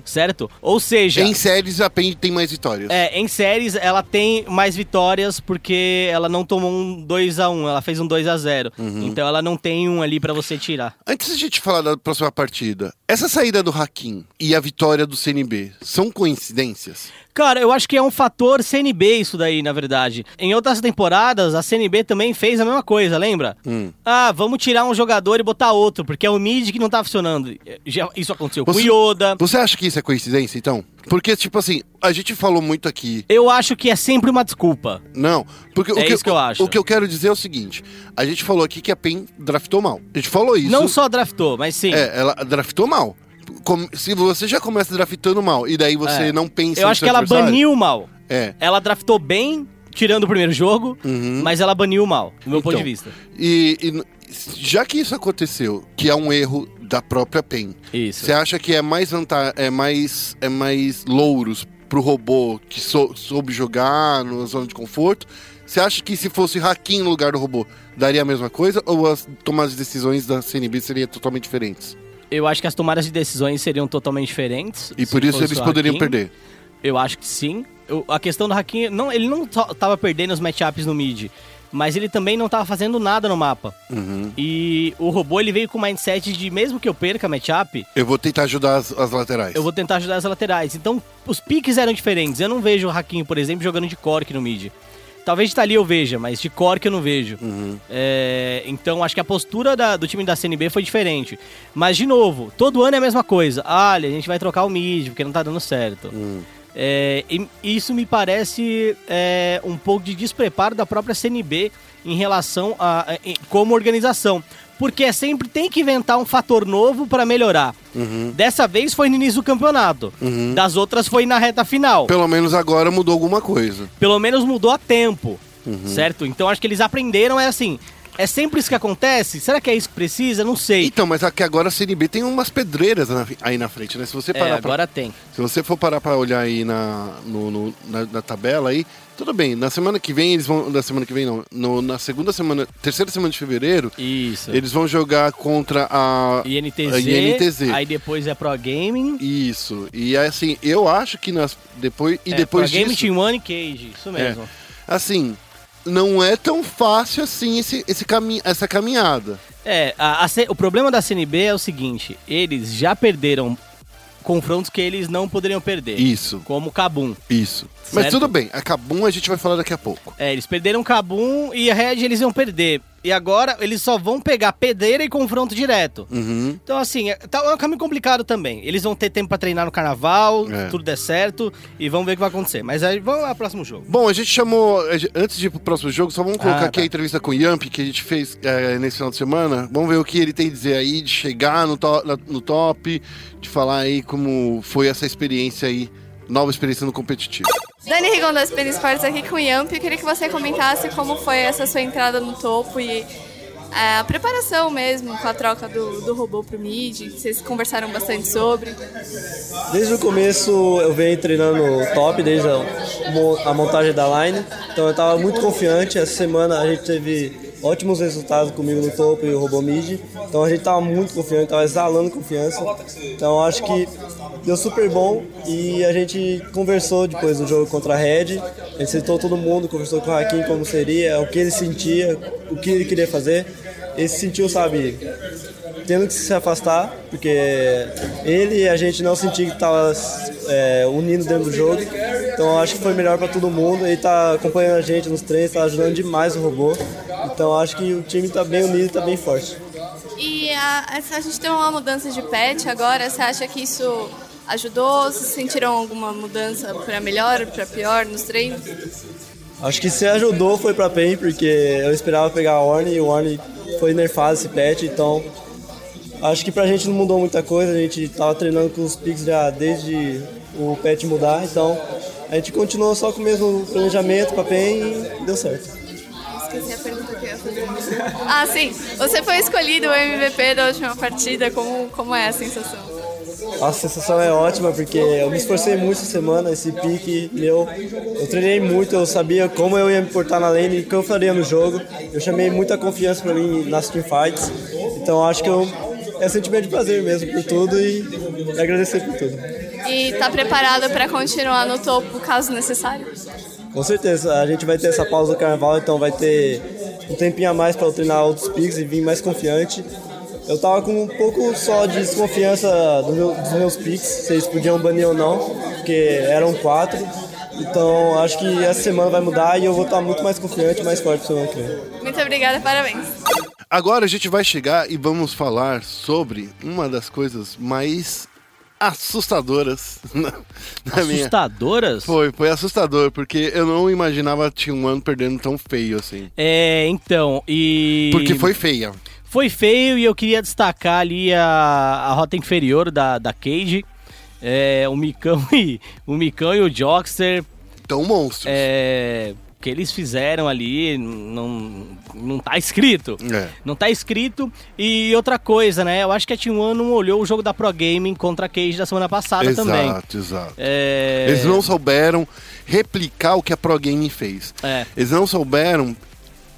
Speaker 2: certo? Ou seja...
Speaker 1: uhum. Em séries, a PEN tem mais vitórias.
Speaker 2: É, em séries ela tem mais vitórias porque ela não tomou um 2x1, ela fez um 2x0. Então ela não tem um ali pra você tirar.
Speaker 1: Antes da gente falar da próxima partida, essa saída do Hakim e a vitória do CNB são coincidências?
Speaker 2: Cara, eu acho que é um fator CNB isso daí, na verdade. Em outras temporadas, a CNB também fez a mesma coisa, lembra?
Speaker 1: Hum.
Speaker 2: Ah, vamos tirar um jogador e botar outro, porque é o mid que não tá funcionando. Já- isso aconteceu
Speaker 1: Você-
Speaker 2: com o Yoda.
Speaker 1: Você acha que isso é coincidência, então? Porque, tipo assim, a gente falou muito aqui.
Speaker 2: Eu acho que é sempre uma desculpa.
Speaker 1: Não, porque o
Speaker 2: É
Speaker 1: que,
Speaker 2: isso que eu acho.
Speaker 1: O que eu quero dizer é o seguinte: a gente falou aqui que a PEN draftou mal. A gente falou isso.
Speaker 2: Não só draftou, mas sim.
Speaker 1: É, ela draftou mal. Com- se você já começa draftando mal e daí você
Speaker 2: É.
Speaker 1: não pensa
Speaker 2: Eu
Speaker 1: no
Speaker 2: acho
Speaker 1: seu
Speaker 2: que ela
Speaker 1: adversário-
Speaker 2: baniu mal.
Speaker 1: É. Uhum.
Speaker 2: Ela draftou bem, tirando o primeiro jogo, mas ela baniu mal, do meu ponto de
Speaker 1: Então,
Speaker 2: vista.
Speaker 1: E, e n- já que isso aconteceu, que é um erro da própria PEN,
Speaker 2: Isso.
Speaker 1: você acha que é mais vanta é mais é mais louros pro robô que sou- soube jogar na zona de conforto? Você acha que se fosse Hakim no lugar do robô, daria a mesma coisa ou as tomar as decisões da CNB seriam totalmente diferentes?
Speaker 2: Eu acho que as tomadas de decisões seriam totalmente diferentes.
Speaker 1: E
Speaker 2: se
Speaker 1: por isso
Speaker 2: fosse
Speaker 1: eles
Speaker 2: o
Speaker 1: poderiam
Speaker 2: Hakim.
Speaker 1: perder.
Speaker 2: Eu acho que sim. Eu- a questão do Hakim, não, ele não só tava perdendo os matchups no mid, mas ele também não tava fazendo nada no mapa. E o robô ele veio com o mindset de mesmo que eu perca matchup,
Speaker 1: Eu vou tentar ajudar as, as laterais.
Speaker 2: eu vou tentar ajudar as laterais. Então, os piques eram diferentes. Eu não vejo o Hakim, por exemplo, jogando de cork no mid. Talvez de Tali eu veja, mas de cork eu não vejo. É, então, acho que a postura da- do time da CNB foi diferente. Mas, de novo, todo ano é a mesma coisa. Olha, a gente vai trocar o mid, porque não tá dando certo. É, e isso me parece é, um pouco de despreparo da própria CNB em relação a, a- em- como organização. Porque é sempre tem que inventar um fator novo para melhorar.
Speaker 1: Uhum.
Speaker 2: Dessa vez foi no início do campeonato. Das outras foi na reta final.
Speaker 1: Pelo menos agora mudou alguma coisa. Uhum.
Speaker 2: Pelo menos mudou a tempo. Certo? Então acho que eles aprenderam, é assim. É sempre isso que acontece? Será que é isso que precisa? Não sei.
Speaker 1: Então, mas aqui agora a Série B tem umas pedreiras na- aí na frente, né? Se você
Speaker 2: É,
Speaker 1: parar pra-
Speaker 2: agora tem.
Speaker 1: se você for parar para olhar aí na, no- no- na, na tabela aí, tudo bem. Na semana que vem eles vão, na semana que vem não, no- na segunda semana, terceira semana de fevereiro,
Speaker 2: Isso.
Speaker 1: eles vão jogar contra a
Speaker 2: INTZ,
Speaker 1: a INTZ.
Speaker 2: aí depois é Pro Gaming.
Speaker 1: Isso. E assim, eu acho que nas depois e
Speaker 2: é,
Speaker 1: depois
Speaker 2: Pro Gaming
Speaker 1: disso,
Speaker 2: Team One e Cage, isso um mesmo.
Speaker 1: É. assim, não é tão fácil assim esse, esse caminho, essa caminhada.
Speaker 2: É, a- a C- o problema da CNB é o seguinte: eles já perderam confrontos que eles não poderiam perder.
Speaker 1: Isso.
Speaker 2: Como Cabum.
Speaker 1: Isso. Mas
Speaker 2: Certo.
Speaker 1: tudo bem, a Kabum a gente vai falar daqui a pouco.
Speaker 2: É, eles perderam Cabum e a Red eles iam perder. E agora eles só vão pegar pedreira e confronto direto.
Speaker 1: Uhum.
Speaker 2: Então, assim, é, tá, é um caminho complicado também. Eles vão ter tempo pra treinar no carnaval,
Speaker 1: É.
Speaker 2: tudo der certo, e vamos ver o que vai acontecer. Mas aí vamos lá pro próximo jogo.
Speaker 1: Bom, a gente chamou. a gente- Antes de ir pro próximo jogo, só vamos colocar
Speaker 2: Ah,
Speaker 1: aqui
Speaker 2: tá.
Speaker 1: a entrevista com o Yamp que a gente fez eh, nesse final de semana. Vamos ver o que ele tem a dizer aí de chegar no, to- na- no top, de falar aí como foi essa experiência aí, nova experiência no competitivo.
Speaker 5: Dani Rigon da SPN Sports aqui com o Yamp. Eu queria que você comentasse como foi essa sua entrada no topo e é, a preparação mesmo com a troca do, do robô pro mid, que vocês conversaram bastante sobre.
Speaker 6: Desde o começo eu venho treinando top, desde a, mo- a montagem da line. Então eu estava muito confiante. Essa semana a gente teve ótimos resultados comigo no topo e o robô mid. Então a gente estava muito confiante, estava exalando confiança. Então eu acho que deu super bom e a gente conversou depois do jogo contra a Red. A gente sentou todo mundo, conversou com o Hakim como seria, o que ele sentia, o que ele queria fazer. Ele se sentiu, sabe, tendo que se afastar, porque ele e a gente não sentia que estava é, unindo dentro do jogo. Então eu acho que foi melhor para todo mundo. Ele tá acompanhando a gente nos treinos, tá ajudando demais o robô. Então eu acho que o time tá bem unido e tá bem forte.
Speaker 5: E a, essa- a gente tem uma mudança de pet agora, você acha que isso ajudou? Vocês sentiram alguma mudança para melhor, para pior nos treinos?
Speaker 6: Acho que se ajudou foi pra PEN, porque eu esperava pegar a Orne e o Orne foi nerfado esse patch, então acho que pra gente não mudou muita coisa, a gente tava treinando com os picks já desde o patch mudar, então a gente continuou só com o mesmo planejamento pra PEN e deu certo.
Speaker 5: Esqueci a pergunta que eu ia fazer. Ah, sim. Você foi escolhido o MVP da última partida. Como, como é a sensação?
Speaker 6: A sensação é ótima porque eu me esforcei muito essa semana, esse pique meu. Eu treinei muito, eu sabia como eu ia me portar na lane, o que eu faria no jogo. Eu chamei muita confiança pra mim nas teamfights. Então acho que eu, é sentimento de prazer mesmo por tudo e agradecer por tudo.
Speaker 5: E tá preparado para continuar no topo caso necessário?
Speaker 6: Com certeza, a gente vai ter essa pausa do carnaval, então vai ter um tempinho a mais para eu treinar outros picks e vir mais confiante. Eu tava com um pouco só de desconfiança do meu- dos meus picks, se eles podiam banir ou não, porque eram quatro. Então acho que essa semana vai mudar e eu vou estar muito mais confiante, mais forte pro semana que vem.
Speaker 5: Muito obrigada, parabéns.
Speaker 1: Agora a gente vai chegar e vamos falar sobre uma das coisas mais assustadoras na, na É minha.
Speaker 2: Assustadoras?
Speaker 1: Foi, foi assustador, porque eu não imaginava a Team One perdendo tão feio assim.
Speaker 2: É, então, e.
Speaker 1: Porque foi feia.
Speaker 2: Foi feio e eu queria destacar ali a, a rota inferior da, da Cage. É, o, Micão e, o Micão e o Joxter.
Speaker 1: Tão monstro.
Speaker 2: É, o que eles fizeram ali não, não tá escrito.
Speaker 1: É.
Speaker 2: Não tá escrito. E outra coisa, né? Eu acho que a Team One não olhou o jogo da Pro Gaming contra a Cage da semana passada
Speaker 1: exato,
Speaker 2: também.
Speaker 1: exato.
Speaker 2: É,
Speaker 1: Eles não souberam replicar o que a Pro Game fez.
Speaker 2: É.
Speaker 1: Eles não souberam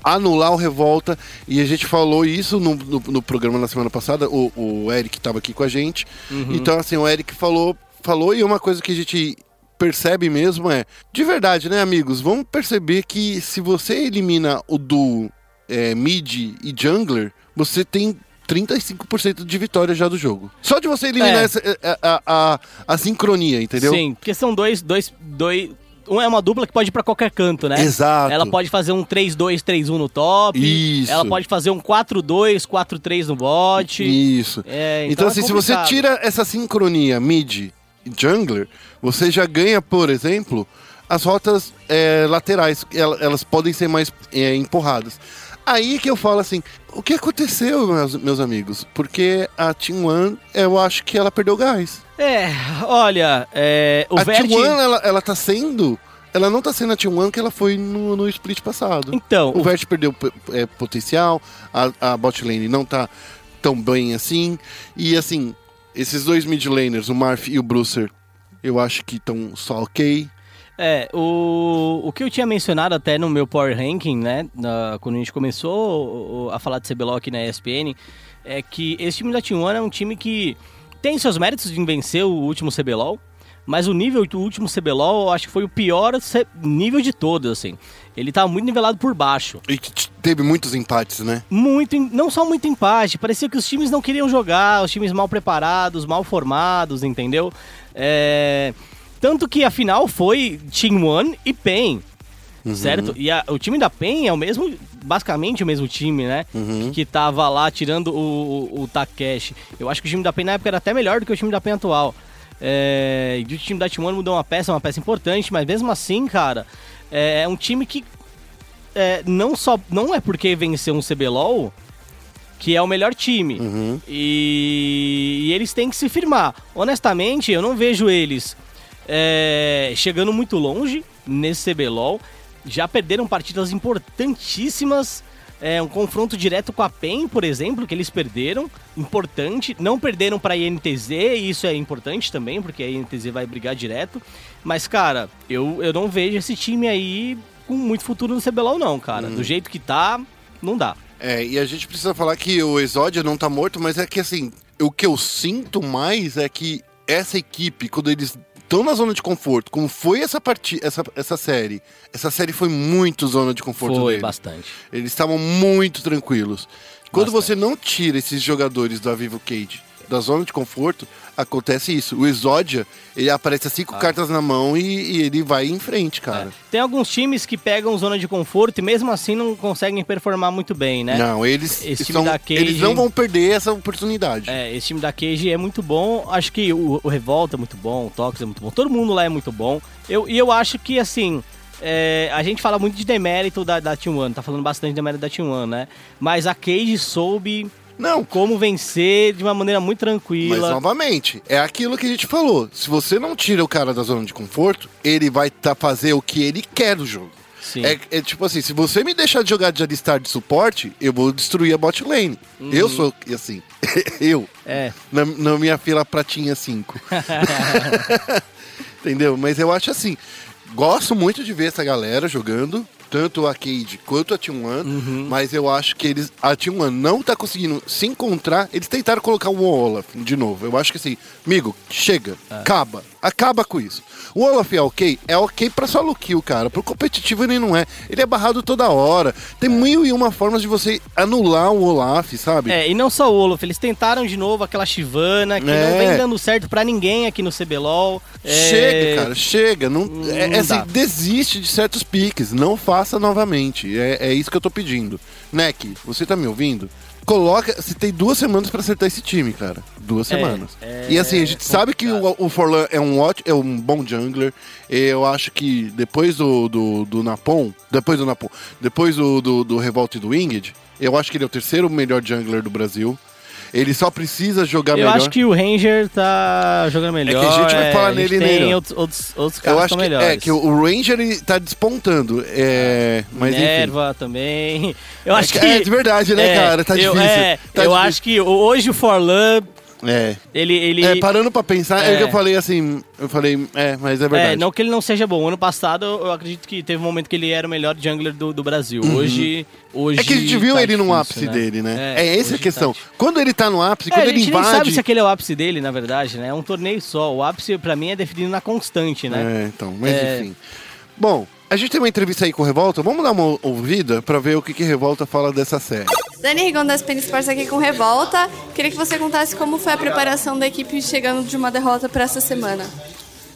Speaker 1: anular o Revolta. E a gente falou isso no, no- no programa na semana passada. O, o Eric estava aqui com a gente.
Speaker 2: Uhum.
Speaker 1: Então, assim, o Eric falou, falou e uma coisa que a gente percebe mesmo é... De verdade, né, amigos? Vamos perceber que se você elimina o duo é, mid e jungler, você tem... 35% de vitória já do jogo. Só de você eliminar
Speaker 2: É.
Speaker 1: essa- a- a, a- a sincronia, entendeu?
Speaker 2: Sim, porque são dois, dois, dois. Um é uma dupla que pode ir pra qualquer canto, né?
Speaker 1: Exato.
Speaker 2: Ela pode fazer um 3-2, 3-1 no top.
Speaker 1: Isso.
Speaker 2: Ela pode fazer um 4-2, 4-3 no bot.
Speaker 1: Isso.
Speaker 2: É,
Speaker 1: então,
Speaker 2: então é
Speaker 1: assim, se você
Speaker 2: complicado.
Speaker 1: tira essa sincronia mid e jungler, você já ganha, por exemplo, as rotas é, laterais. el- Elas podem ser mais é, empurradas. Aí que eu falo assim, o que aconteceu, meus, meus amigos? Porque a Team One, eu acho que ela perdeu gás.
Speaker 2: É, olha, é, o
Speaker 1: a um
Speaker 2: Verde.
Speaker 1: Team One, ela, ela tá sendo Ela não tá sendo a T1 que ela foi no, no split passado.
Speaker 2: Então,
Speaker 1: o
Speaker 2: o-
Speaker 1: Vert perdeu p- é, potencial, a, a bot lane não tá tão bem assim. E assim, esses dois mid laners, o Marth e o Brucer, eu acho que estão só ok.
Speaker 2: É, o, o que eu tinha mencionado até no meu Power Ranking, né? na- quando a gente começou o- a falar de CBLOL aqui na ESPN, é que esse time da T1 é um time que tem seus méritos de vencer o último CBLOL, mas o nível do último CBLOL eu acho que foi o pior ce- nível de todos, assim. Ele tá muito nivelado por baixo.
Speaker 1: E que t- teve muitos empates, né?
Speaker 2: Muito, em- não só muito empate, parecia que os times não queriam jogar, os times mal preparados, mal formados, entendeu? É, Tanto que a final foi Team One e PEN, certo? E a- o time da PEN é o mesmo, basicamente o mesmo time, né? Que tava lá tirando o, o, o Takeshi. Eu acho que o time da PEN na época era até melhor do que o time da PEN atual. É... E o time da Team One mudou uma peça, uma peça importante, mas mesmo assim, cara, é é um time que é, não só não é porque venceu um CBLOL que é o melhor time. E, e eles têm que se firmar. Honestamente, eu não vejo eles é, chegando muito longe nesse CBLOL. Já perderam partidas importantíssimas. É, um confronto direto com a PEN, por exemplo, que eles perderam. Importante. Não perderam para a INTZ, e isso é importante também, porque a INTZ vai brigar direto. Mas, cara, eu, eu não vejo esse time aí com muito futuro no CBLOL, não, cara. Do jeito que tá, não dá.
Speaker 1: É, e a gente precisa falar que o Exódia não tá morto, mas é que assim, o que eu sinto mais é que essa equipe, quando eles estão na zona de conforto, como foi essa partida, essa, essa série, essa série foi muito zona de conforto
Speaker 2: Foi
Speaker 1: deles.
Speaker 2: bastante.
Speaker 1: Eles estavam muito tranquilos. Quando
Speaker 2: Bastante.
Speaker 1: você não tira esses jogadores da Vivo Cage da zona de conforto, acontece isso. O Exódia, ele aparece cinco
Speaker 2: Ah.
Speaker 1: cartas na mão e, e ele vai em frente, cara.
Speaker 2: Tem alguns times que pegam zona de conforto e mesmo assim não conseguem performar muito bem, né?
Speaker 1: Não, eles,
Speaker 2: Esse time
Speaker 1: são-
Speaker 2: da Cage-
Speaker 1: eles não vão perder essa oportunidade.
Speaker 2: É, esse time da Cage é muito bom. Acho que o, o Revolta é muito bom, o Tox é muito bom. Todo mundo lá é muito bom. Eu, e eu acho que, assim, é, a gente fala muito de demérito da, da Team One. Tá falando bastante de demérito da Team One, né? Mas a Cage soube
Speaker 1: Não,
Speaker 2: como vencer de uma maneira muito
Speaker 1: Mas
Speaker 2: tranquila.
Speaker 1: novamente, é aquilo que a gente falou. Se você não tira o cara da zona de conforto, ele vai tá fazer o que ele quer do jogo.
Speaker 2: Sim.
Speaker 1: É, é tipo assim, se você me deixar de jogar de alistar de suporte, eu vou destruir a bot lane. Eu sou assim, eu.
Speaker 2: Uhum. É.
Speaker 1: Na, na minha fila pratinha 5. Entendeu? Mas eu acho assim, gosto muito de ver essa galera jogando, tanto a Cade quanto a Team One, mas eu acho que eles a Team One não tá conseguindo se encontrar. Eles tentaram colocar o Olaf de novo. Eu acho que assim, amigo, chega, acaba, acaba com isso. O Olaf é ok? É ok pra solo kill, cara. Pro competitivo ele não é. Ele é barrado toda hora. Tem mil e uma formas de você anular o Olaf, sabe?
Speaker 2: É, e não só o Olaf, eles tentaram de novo aquela Chivana, que
Speaker 1: É.
Speaker 2: não vem dando certo pra ninguém aqui no CBLOL. É, Hum,
Speaker 1: Chega, cara, chega. Não, é,
Speaker 2: não
Speaker 1: assim,
Speaker 2: dá.
Speaker 1: desiste de certos piques. Não faça novamente. É, é isso que eu tô pedindo. Neck, você tá me ouvindo? Coloca. Você tem duas semanas pra acertar esse time, cara.
Speaker 2: É,
Speaker 1: Duas semanas. e assim, a gente sabe que o, o Forlan é um ótimo, é um bom jungler. Eu acho que depois do, do, do Napon. Depois do Napon. Depois do, do, do Revolt e do Winged, eu acho que ele é o terceiro melhor jungler do Brasil. Ele só precisa jogar tá
Speaker 2: Eu
Speaker 1: melhor. É
Speaker 2: acho que o Ranger tá jogando melhor.
Speaker 1: a gente vai falar nele,
Speaker 2: tem
Speaker 1: né, não?
Speaker 2: outros, outros, outros caras
Speaker 1: eu
Speaker 2: que
Speaker 1: acho
Speaker 2: são
Speaker 1: que
Speaker 2: melhores.
Speaker 1: é que o Ranger ele tá despontando. É, mas enfim.
Speaker 2: Nerva também. Eu acho
Speaker 1: que-
Speaker 2: que.
Speaker 1: é, de verdade, né, cara? Tá
Speaker 2: eu,
Speaker 1: difícil.
Speaker 2: É,
Speaker 1: Tá
Speaker 2: eu
Speaker 1: difícil.
Speaker 2: acho que hoje o Forlan,
Speaker 1: É.
Speaker 2: ele. ele
Speaker 1: É, parando pra pensar, é.
Speaker 2: É.
Speaker 1: que eu falei assim, eu falei, é, mas é verdade.
Speaker 2: É, não que ele não seja bom. Ano passado, eu acredito que teve um momento que ele era o melhor jungler do, do Brasil. Hoje, hoje.
Speaker 1: Uhum. É que a gente viu
Speaker 2: tá
Speaker 1: ele no
Speaker 2: difícil,
Speaker 1: ápice dele, né? É, essa
Speaker 2: hoje
Speaker 1: a questão.
Speaker 2: tá
Speaker 1: Quando ele tá no ápice,
Speaker 2: É,
Speaker 1: quando
Speaker 2: a
Speaker 1: ele
Speaker 2: gente nem sabe
Speaker 1: invade.
Speaker 2: se aquele é o ápice dele, na verdade, né? É um torneio só. O ápice, pra mim, é definido na constante, né?
Speaker 1: É, então, mas
Speaker 2: É.
Speaker 1: enfim. Bom, a gente tem uma entrevista aí com o Revolta, vamos dar uma ouvida pra ver o que, que Revolta fala dessa série.
Speaker 5: Dani Rigon das Penny Sports aqui com Revolta. Queria que você contasse como foi a preparação da equipe chegando de uma derrota para essa semana.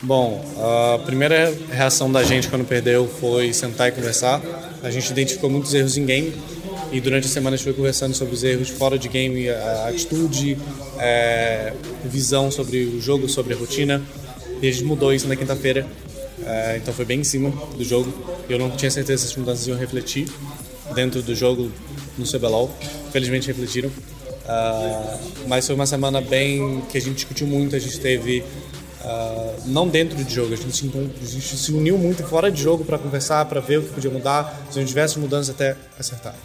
Speaker 7: Bom, a primeira reação da gente quando perdeu foi sentar e conversar. A gente identificou muitos erros em game e durante a semana a gente foi conversando sobre os erros fora de game, a atitude, é, visão sobre o jogo, sobre a rotina. E a gente mudou isso na quinta-feira, é, então foi bem em cima do jogo. Eu não tinha certeza se as mudanças iam refletir dentro do jogo no CBLOL. Felizmente refletiram. Ah, mas foi uma semana bem que a gente discutiu muito, a gente teve ah, não dentro de jogo. A gente, se, encon- a gente se uniu muito fora de jogo para conversar, para ver o que podia mudar, se não tivesse mudança até acertar.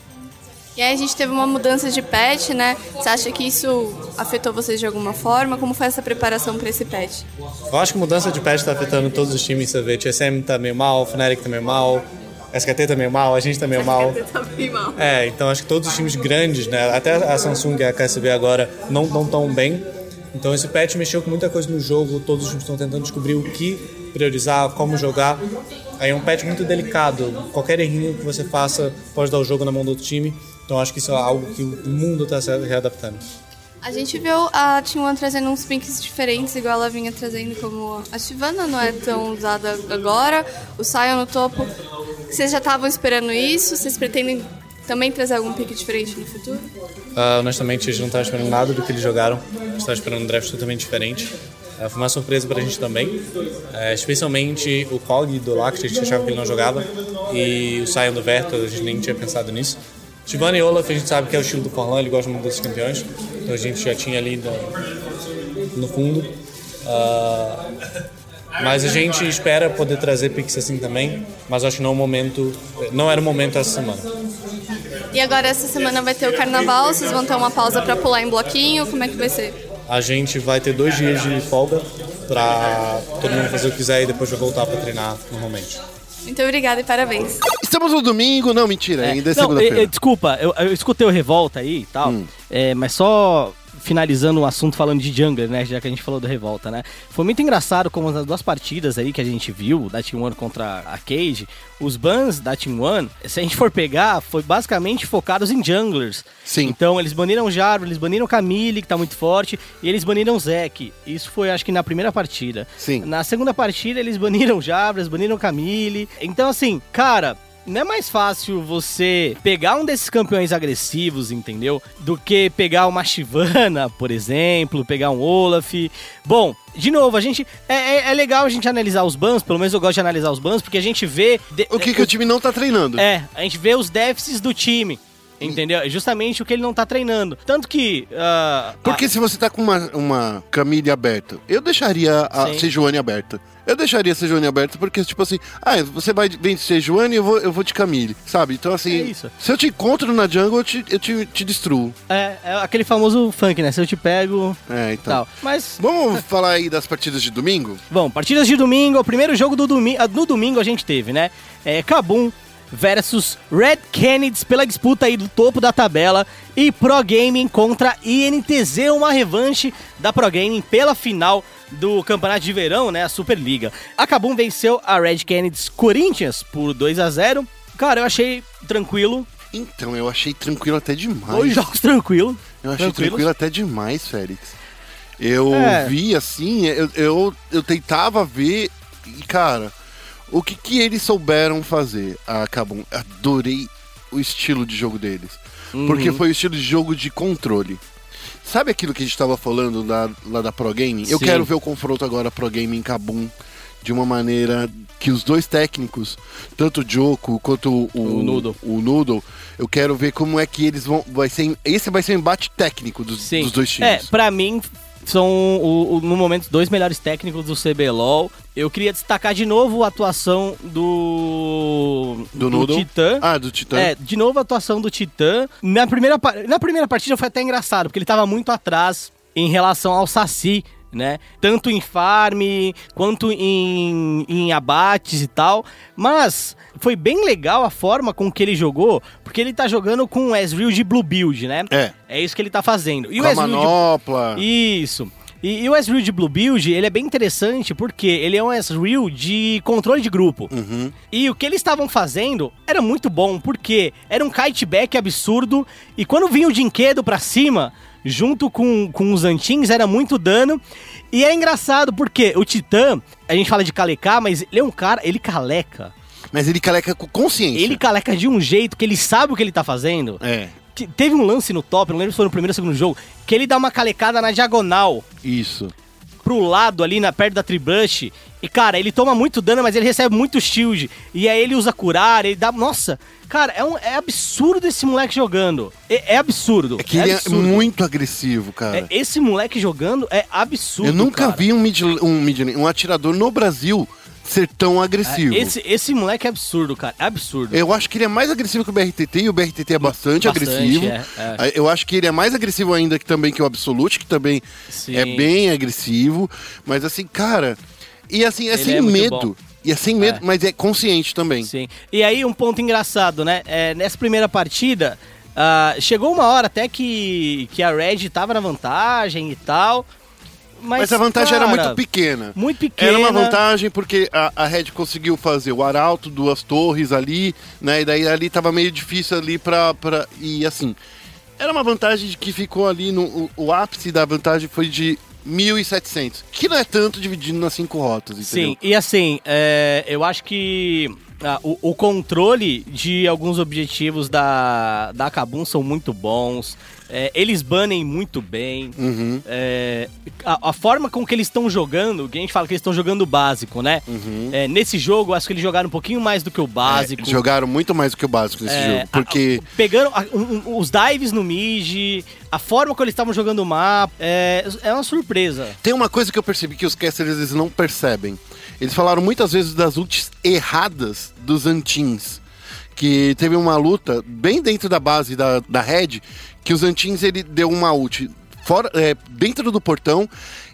Speaker 5: E aí a gente teve uma mudança de pet, né? Você acha que isso afetou vocês de alguma forma? Como foi essa preparação para esse pet?
Speaker 7: Eu acho que mudança de patch está afetando todos os times, você vê, TSM tá meio mal, Fnatic tá meio mal, SKT tá meio mal, a gente tá meio mal.
Speaker 5: Tá bem mal.
Speaker 7: É, então acho que todos os times grandes, né? Até a Samsung e a KSB agora não estão tão bem. Então esse patch mexeu com muita coisa no jogo, todos os times estão tentando descobrir o que priorizar, como jogar. Aí é um patch muito delicado. Qualquer errinho que você faça pode dar o jogo na mão do outro time. Então acho que isso é algo que o mundo está se readaptando.
Speaker 5: A gente viu a T1 trazendo uns pinks diferentes, igual ela vinha trazendo, como a Sivana não é tão usada agora, o Sion no topo. Vocês já estavam esperando isso? Vocês pretendem também trazer algum pique diferente no futuro?
Speaker 7: Ah, honestamente, a gente não estava esperando nada do que eles jogaram. A gente estava esperando um draft totalmente diferente. Ah, foi uma surpresa pra gente também. Eh, especialmente o Cog do Lac, a gente achava que ele não jogava. E o Sion do Verto, a gente nem tinha pensado nisso. Tivana e Olaf, a gente sabe que é o estilo do Forlan, ele gosta muito desses campeões. Então a gente já tinha ali no, no fundo. Ah, mas a gente espera poder trazer picks assim também. Mas acho que não, é o momento, não era o momento essa semana.
Speaker 5: E agora essa semana vai ter o carnaval, vocês vão ter uma pausa para pular em bloquinho, como é que vai ser?
Speaker 7: A gente vai ter dois dias de folga pra todo mundo fazer o que quiser e depois vai voltar pra treinar normalmente.
Speaker 5: Muito obrigada e parabéns.
Speaker 1: Estamos no domingo, não, mentira, ainda é
Speaker 2: Não,
Speaker 1: segunda-feira. Hum.
Speaker 2: eh, eh, desculpa, eu, eu escutei o Revolta aí e tal, eh, mas só finalizando o assunto falando de Jungler, né, já que a gente falou do Revolta, né. Foi muito engraçado como nas duas partidas aí que a gente viu, da Team One contra a Cage, os bans da Team One, se a gente for pegar, foi basicamente focados em junglers.
Speaker 1: Sim.
Speaker 2: Então eles baniram Jarvan, eles baniram Camille, que tá muito forte, e eles baniram Zek. Isso foi, acho que, na primeira partida.
Speaker 1: Sim.
Speaker 2: Na segunda partida, eles baniram Jabra, eles baniram Camille. Então, assim, cara. Não é mais fácil você pegar um desses campeões agressivos, entendeu? Do que pegar uma Chivana, por exemplo, pegar um Olaf. Bom, de novo, a gente. É, é- é legal a gente analisar os bans, pelo menos eu gosto de analisar os bans, porque a gente vê. de-
Speaker 1: O que, que o time não tá treinando?
Speaker 2: é, a gente vê os déficits do time. Entendeu? É Justamente o que ele não tá treinando. Tanto que. ah,
Speaker 1: Porque se você tá com uma, uma camilha aberta, eu deixaria a
Speaker 2: Sim.
Speaker 1: Sejuani aberta. Eu deixaria a Sejuani aberta, porque, tipo assim, ah, você vai vem de Sejuani e eu vou, eu vou de Camille, sabe? Então, assim,
Speaker 2: É isso.
Speaker 1: se eu te encontro na jungle, eu te, eu te, te destruo.
Speaker 2: a- é, é aquele famoso funk, né? Se eu te pego.
Speaker 1: É, então.
Speaker 2: Tal. Mas.
Speaker 1: Vamos falar aí das partidas de domingo?
Speaker 2: Bom, partidas de domingo, o primeiro jogo do domingo, no domingo a gente teve, né? É, Kabum versus Red Kennedys pela disputa aí do topo da tabela e Pro Gaming contra INTZ, uma revanche da Pro Gaming pela final do Campeonato de Verão, né, a Superliga. A Kabum venceu a Red Kennedys Corinthians por 2 a 0. Cara, eu achei tranquilo,
Speaker 1: Então, eu achei tranquilo até demais.
Speaker 2: dois jogos tranquilo.
Speaker 1: Eu achei
Speaker 2: tranquilos.
Speaker 1: tranquilo até demais, Félix. Eu
Speaker 2: É.
Speaker 1: vi assim, eu, eu, eu tentava ver e, cara, o que, que eles souberam fazer, a Kabum. Adorei o estilo de jogo deles.
Speaker 2: Uhum.
Speaker 1: Porque foi o estilo de jogo de controle. Sabe aquilo que a gente tava falando lá, lá da Pro Gaming? Eu
Speaker 2: Sim.
Speaker 1: quero ver o confronto agora Pro Gaming Kabum de uma maneira que os dois técnicos, tanto o Joko quanto o,
Speaker 2: O Noodle.
Speaker 1: o Noodle, eu quero ver como é que eles vão. Vai ser, esse vai ser o embate técnico dos,
Speaker 2: Sim.
Speaker 1: dos dois
Speaker 2: É,
Speaker 1: times.
Speaker 2: pra mim, são, o- o- no momento, os dois melhores técnicos do CBLOL. Eu queria destacar de novo a atuação do.
Speaker 1: do Noodle.
Speaker 2: Titã.
Speaker 1: Ah, do Titã.
Speaker 2: É, de novo a atuação do Titã. Na primeira, pa- na primeira partida foi até engraçado, porque ele tava muito atrás em relação ao Saci, né? Tanto em farm, quanto em, em abates e tal. Mas foi bem legal a forma com que ele jogou, porque ele tá jogando com o Ezreal de Blue Build, né?
Speaker 1: É.
Speaker 2: É isso que ele tá fazendo. E
Speaker 1: Com a
Speaker 2: Ezreal de-
Speaker 1: manopla.
Speaker 2: isso. E, e o S-Reel de Blue Build, ele é bem interessante porque ele é um S-Reel de controle de grupo. E o que eles estavam fazendo era muito bom, porque era um kiteback absurdo. E quando vinha o Dinquedo pra cima, junto com, com os Antins, era muito dano. E é engraçado porque o Titã, a gente fala de calecar, mas ele é um cara, ele caleca.
Speaker 1: Mas ele caleca com consciência.
Speaker 2: Ele caleca de um jeito que ele sabe o que ele tá fazendo.
Speaker 1: É,
Speaker 2: Te- Teve um lance no top, não lembro se foi no primeiro ou segundo jogo, que ele dá uma calecada na diagonal.
Speaker 1: isso.
Speaker 2: pro lado ali, na perto da Tribrush. E, cara, ele toma muito dano, mas ele recebe muito shield. E aí ele usa curar, ele dá. Nossa, cara, é, um- é absurdo esse moleque jogando. É, é absurdo.
Speaker 1: É que ele é
Speaker 2: absurdo.
Speaker 1: muito agressivo, cara.
Speaker 2: É, esse moleque jogando é absurdo.
Speaker 1: Eu nunca
Speaker 2: cara.
Speaker 1: vi um, mid, um, mid, um atirador no Brasil ser tão agressivo.
Speaker 2: Esse, esse moleque é absurdo, cara. É absurdo.
Speaker 1: Eu acho que ele é mais agressivo que o BRTT e o BRTT é bastante,
Speaker 2: Bastante,
Speaker 1: agressivo.
Speaker 2: é,
Speaker 1: Eu acho que ele é mais agressivo ainda que também que o Absolute, que também
Speaker 2: Sim.
Speaker 1: é bem agressivo. Mas assim, cara, e assim é sem
Speaker 2: é muito bom.
Speaker 1: medo. E é sem medo,
Speaker 2: É.
Speaker 1: mas é consciente também.
Speaker 2: Sim. E aí, um ponto engraçado, né? É, nessa primeira partida, ah, chegou uma hora até que, que a Red tava na vantagem e tal. Mas,
Speaker 1: Mas a vantagem era
Speaker 2: cara,
Speaker 1: muito pequena.
Speaker 2: Muito pequena.
Speaker 1: Era uma vantagem porque a, a Red conseguiu fazer o arauto, duas torres ali, né? E daí ali tava meio difícil ali pra. pra e assim. Era uma vantagem de que ficou ali no. O, o ápice da vantagem foi de 1.700, que não é tanto dividindo nas cinco rotas, entendeu?
Speaker 2: Sim, e assim, é, eu acho que ah, o, o controle de alguns objetivos da, da Kabum são muito bons. é, eles banem muito bem.
Speaker 1: Uhum.
Speaker 2: É, a, a forma com que eles estão jogando, que a gente fala que eles estão jogando o básico, né?
Speaker 1: Uhum.
Speaker 2: É, nesse jogo, acho que eles jogaram um pouquinho mais do que o básico.
Speaker 1: Eles jogaram muito mais do que o básico nesse
Speaker 2: É,
Speaker 1: É, jogo. Porque.
Speaker 2: a- pegando a- um- um- os dives no mid, a forma como eles estavam jogando o mapa, é, é uma surpresa.
Speaker 1: Tem uma coisa que eu percebi que os casters eles não percebem. Eles falaram muitas vezes das ults erradas dos Antins. Que teve uma luta bem dentro da base da, da Red, que os Antins ele deu uma ult fora, é, dentro do portão.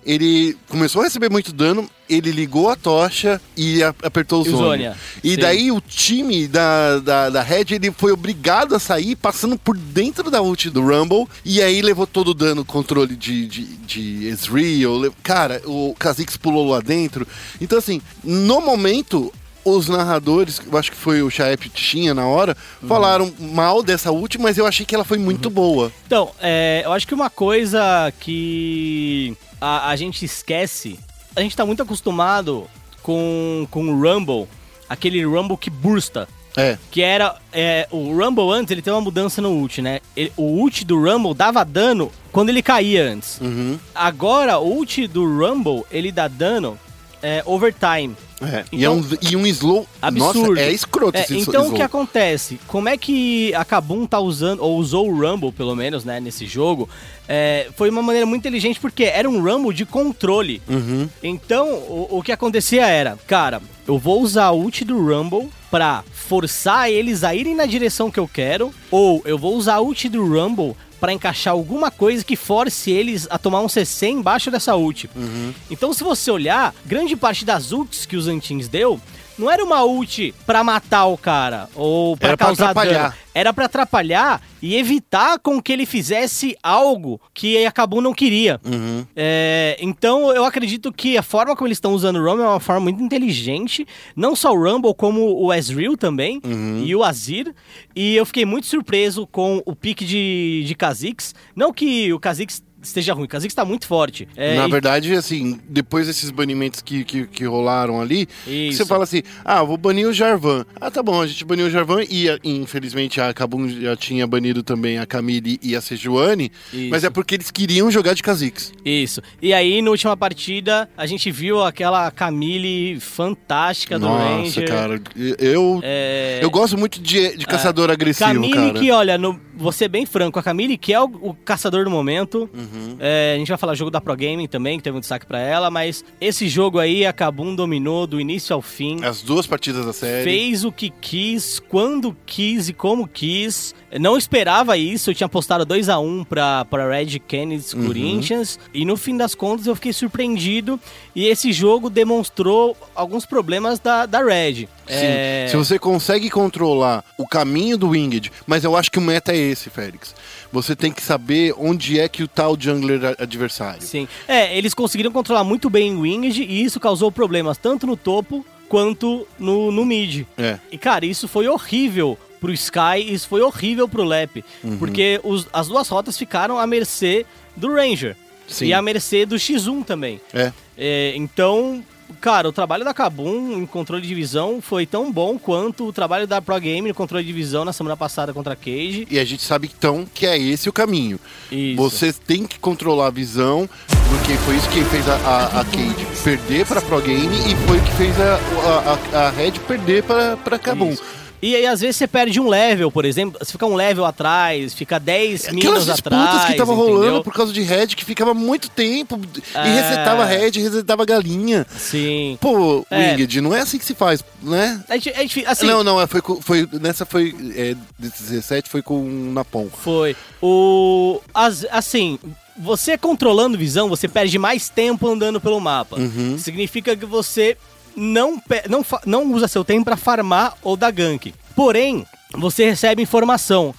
Speaker 1: Ele começou a receber muito dano, ele ligou a tocha e a- apertou o
Speaker 2: E o
Speaker 1: Zônia.
Speaker 2: Zônia,
Speaker 1: E
Speaker 2: sim.
Speaker 1: daí o time da, da, da Red ele foi obrigado a sair passando por dentro da ult do Rumble. E aí levou todo o dano, controle de, de, de Ezreal. le- Cara, o Kha'Zix pulou lá dentro. Então, assim, no momento. Os narradores, eu acho que foi o Chaep que tinha na hora,
Speaker 2: Uhum.
Speaker 1: falaram mal dessa ult, mas eu achei que ela foi muito boa.
Speaker 2: Então, é, eu acho que uma coisa que a, a gente esquece, a gente tá muito acostumado com, com o Rumble, aquele Rumble que bursta.
Speaker 1: É.
Speaker 2: Que era. é, o Rumble antes, ele tem uma mudança no ult, né? Ele- o ult do Rumble dava dano quando ele caía antes.
Speaker 1: Uhum.
Speaker 2: Agora, o ult do Rumble, ele dá dano é, overtime.
Speaker 1: é. e, é
Speaker 2: Então-
Speaker 1: um, e um slow.
Speaker 2: Absurdo.
Speaker 1: Nossa, é escroto
Speaker 2: É,
Speaker 1: esse
Speaker 2: Então
Speaker 1: slow.
Speaker 2: o que acontece? Como é que a Kabum tá usando, ou usou o Rumble, pelo menos, né, nesse jogo, é, foi uma maneira muito inteligente, porque era um Rumble de controle.
Speaker 1: Uhum.
Speaker 2: Então, o, o que acontecia era, cara, eu vou usar a ult do Rumble pra forçar eles a irem na direção que eu quero, ou eu vou usar a ult do Rumble pra encaixar alguma coisa que force eles a tomar um CC embaixo dessa ult.
Speaker 1: Uhum.
Speaker 2: Então, se você olhar, grande parte das ults que os Antins deu não era uma ult pra matar o cara ou pra
Speaker 1: Era pra
Speaker 2: causar
Speaker 1: atrapalhar.
Speaker 2: dano. Era pra atrapalhar e evitar com que ele fizesse algo que acabou não queria.
Speaker 1: Uhum.
Speaker 2: É, então eu acredito que a forma como eles estão usando o Rumble é uma forma muito inteligente, não só o Rumble como o Ezreal também
Speaker 1: Uhum.
Speaker 2: e o Azir. E eu fiquei muito surpreso com o pique de, de Kha'Zix. Não que o Kha'Zix esteja ruim, o Kha'Zix tá muito forte. É,
Speaker 1: Na
Speaker 2: e-
Speaker 1: verdade, assim, depois desses banimentos que, que, que rolaram ali,
Speaker 2: Isso.
Speaker 1: você fala assim, ah, vou banir o Jarvan. Ah, tá bom, a gente baniu o Jarvan e, a- e, infelizmente, a Kabum já tinha banido também a Camille e a Sejuani,
Speaker 2: Isso.
Speaker 1: mas é porque eles queriam jogar de Kha'Zix.
Speaker 2: Isso. E aí, na última partida, a gente viu aquela Camille fantástica do
Speaker 1: Nossa,
Speaker 2: Ranger.
Speaker 1: cara, eu,
Speaker 2: É, Ah,
Speaker 1: eu gosto muito de, de caçador agressivo,
Speaker 2: Camille
Speaker 1: cara.
Speaker 2: que, olha, no, vou ser bem franco, a Camille que é o, o caçador do momento.
Speaker 1: Uhum.
Speaker 2: É, a gente vai falar do jogo da Pro Gaming também, que teve um destaque pra ela, mas esse jogo aí, a Kabum dominou do início ao fim.
Speaker 1: As duas partidas da série.
Speaker 2: Fez o que quis, quando quis e como quis. Não esperava isso. Eu tinha apostado 2 a 1 pra, pra Red Canids
Speaker 1: Uhum.
Speaker 2: Corinthians. E no fim das contas eu fiquei surpreendido. E esse jogo demonstrou alguns problemas da, da Red. É,
Speaker 1: Sim. Se você consegue controlar o caminho do Winged, mas eu acho que o meta é esse, Félix. Você tem que saber onde é que o tal jungler a- adversário.
Speaker 2: Sim. É, eles conseguiram controlar muito bem o Winged e isso causou problemas tanto no topo quanto no, no mid.
Speaker 1: É.
Speaker 2: E, cara, isso foi horrível pro Sky, isso foi horrível pro Lep.
Speaker 1: Uhum.
Speaker 2: Porque os- as duas rotas ficaram à mercê do Ranger.
Speaker 1: Sim.
Speaker 2: E à mercê do X1 também.
Speaker 1: É.
Speaker 2: É, então, Cara, o trabalho da Kabum em controle de divisão foi tão bom quanto o trabalho da Pro Game no controle de divisão na semana passada contra a Cage.
Speaker 1: E a gente sabe então que é esse o caminho.
Speaker 2: Isso.
Speaker 1: Você tem que controlar a visão, porque foi isso que fez a, a, a Cade perder para Pro Game e foi o que fez a, a, a- a Red perder para para Kabum.
Speaker 2: E aí, às vezes, você perde um level, por exemplo. Você fica um level atrás, fica 10
Speaker 1: Aquelas
Speaker 2: minas
Speaker 1: disputas
Speaker 2: atrás.
Speaker 1: que estavam
Speaker 2: entendeu?
Speaker 1: rolando por causa de Red, que ficava muito tempo e
Speaker 2: É.
Speaker 1: resetava Red, resetava Galinha.
Speaker 2: Sim.
Speaker 1: Pô,
Speaker 2: É.
Speaker 1: Winged, não é assim que se faz, né?
Speaker 2: É, di- é difícil. Assim,
Speaker 1: Não, não, é, foi, com- foi, nessa foi. É, 17 foi com um o Napom.
Speaker 2: Foi. O. as- assim. Você controlando visão, você perde mais tempo andando pelo mapa.
Speaker 1: Uhum.
Speaker 2: Significa que você não, pe- não, fa- não usa seu tempo pra farmar ou dar gank. Porém, você recebe informação.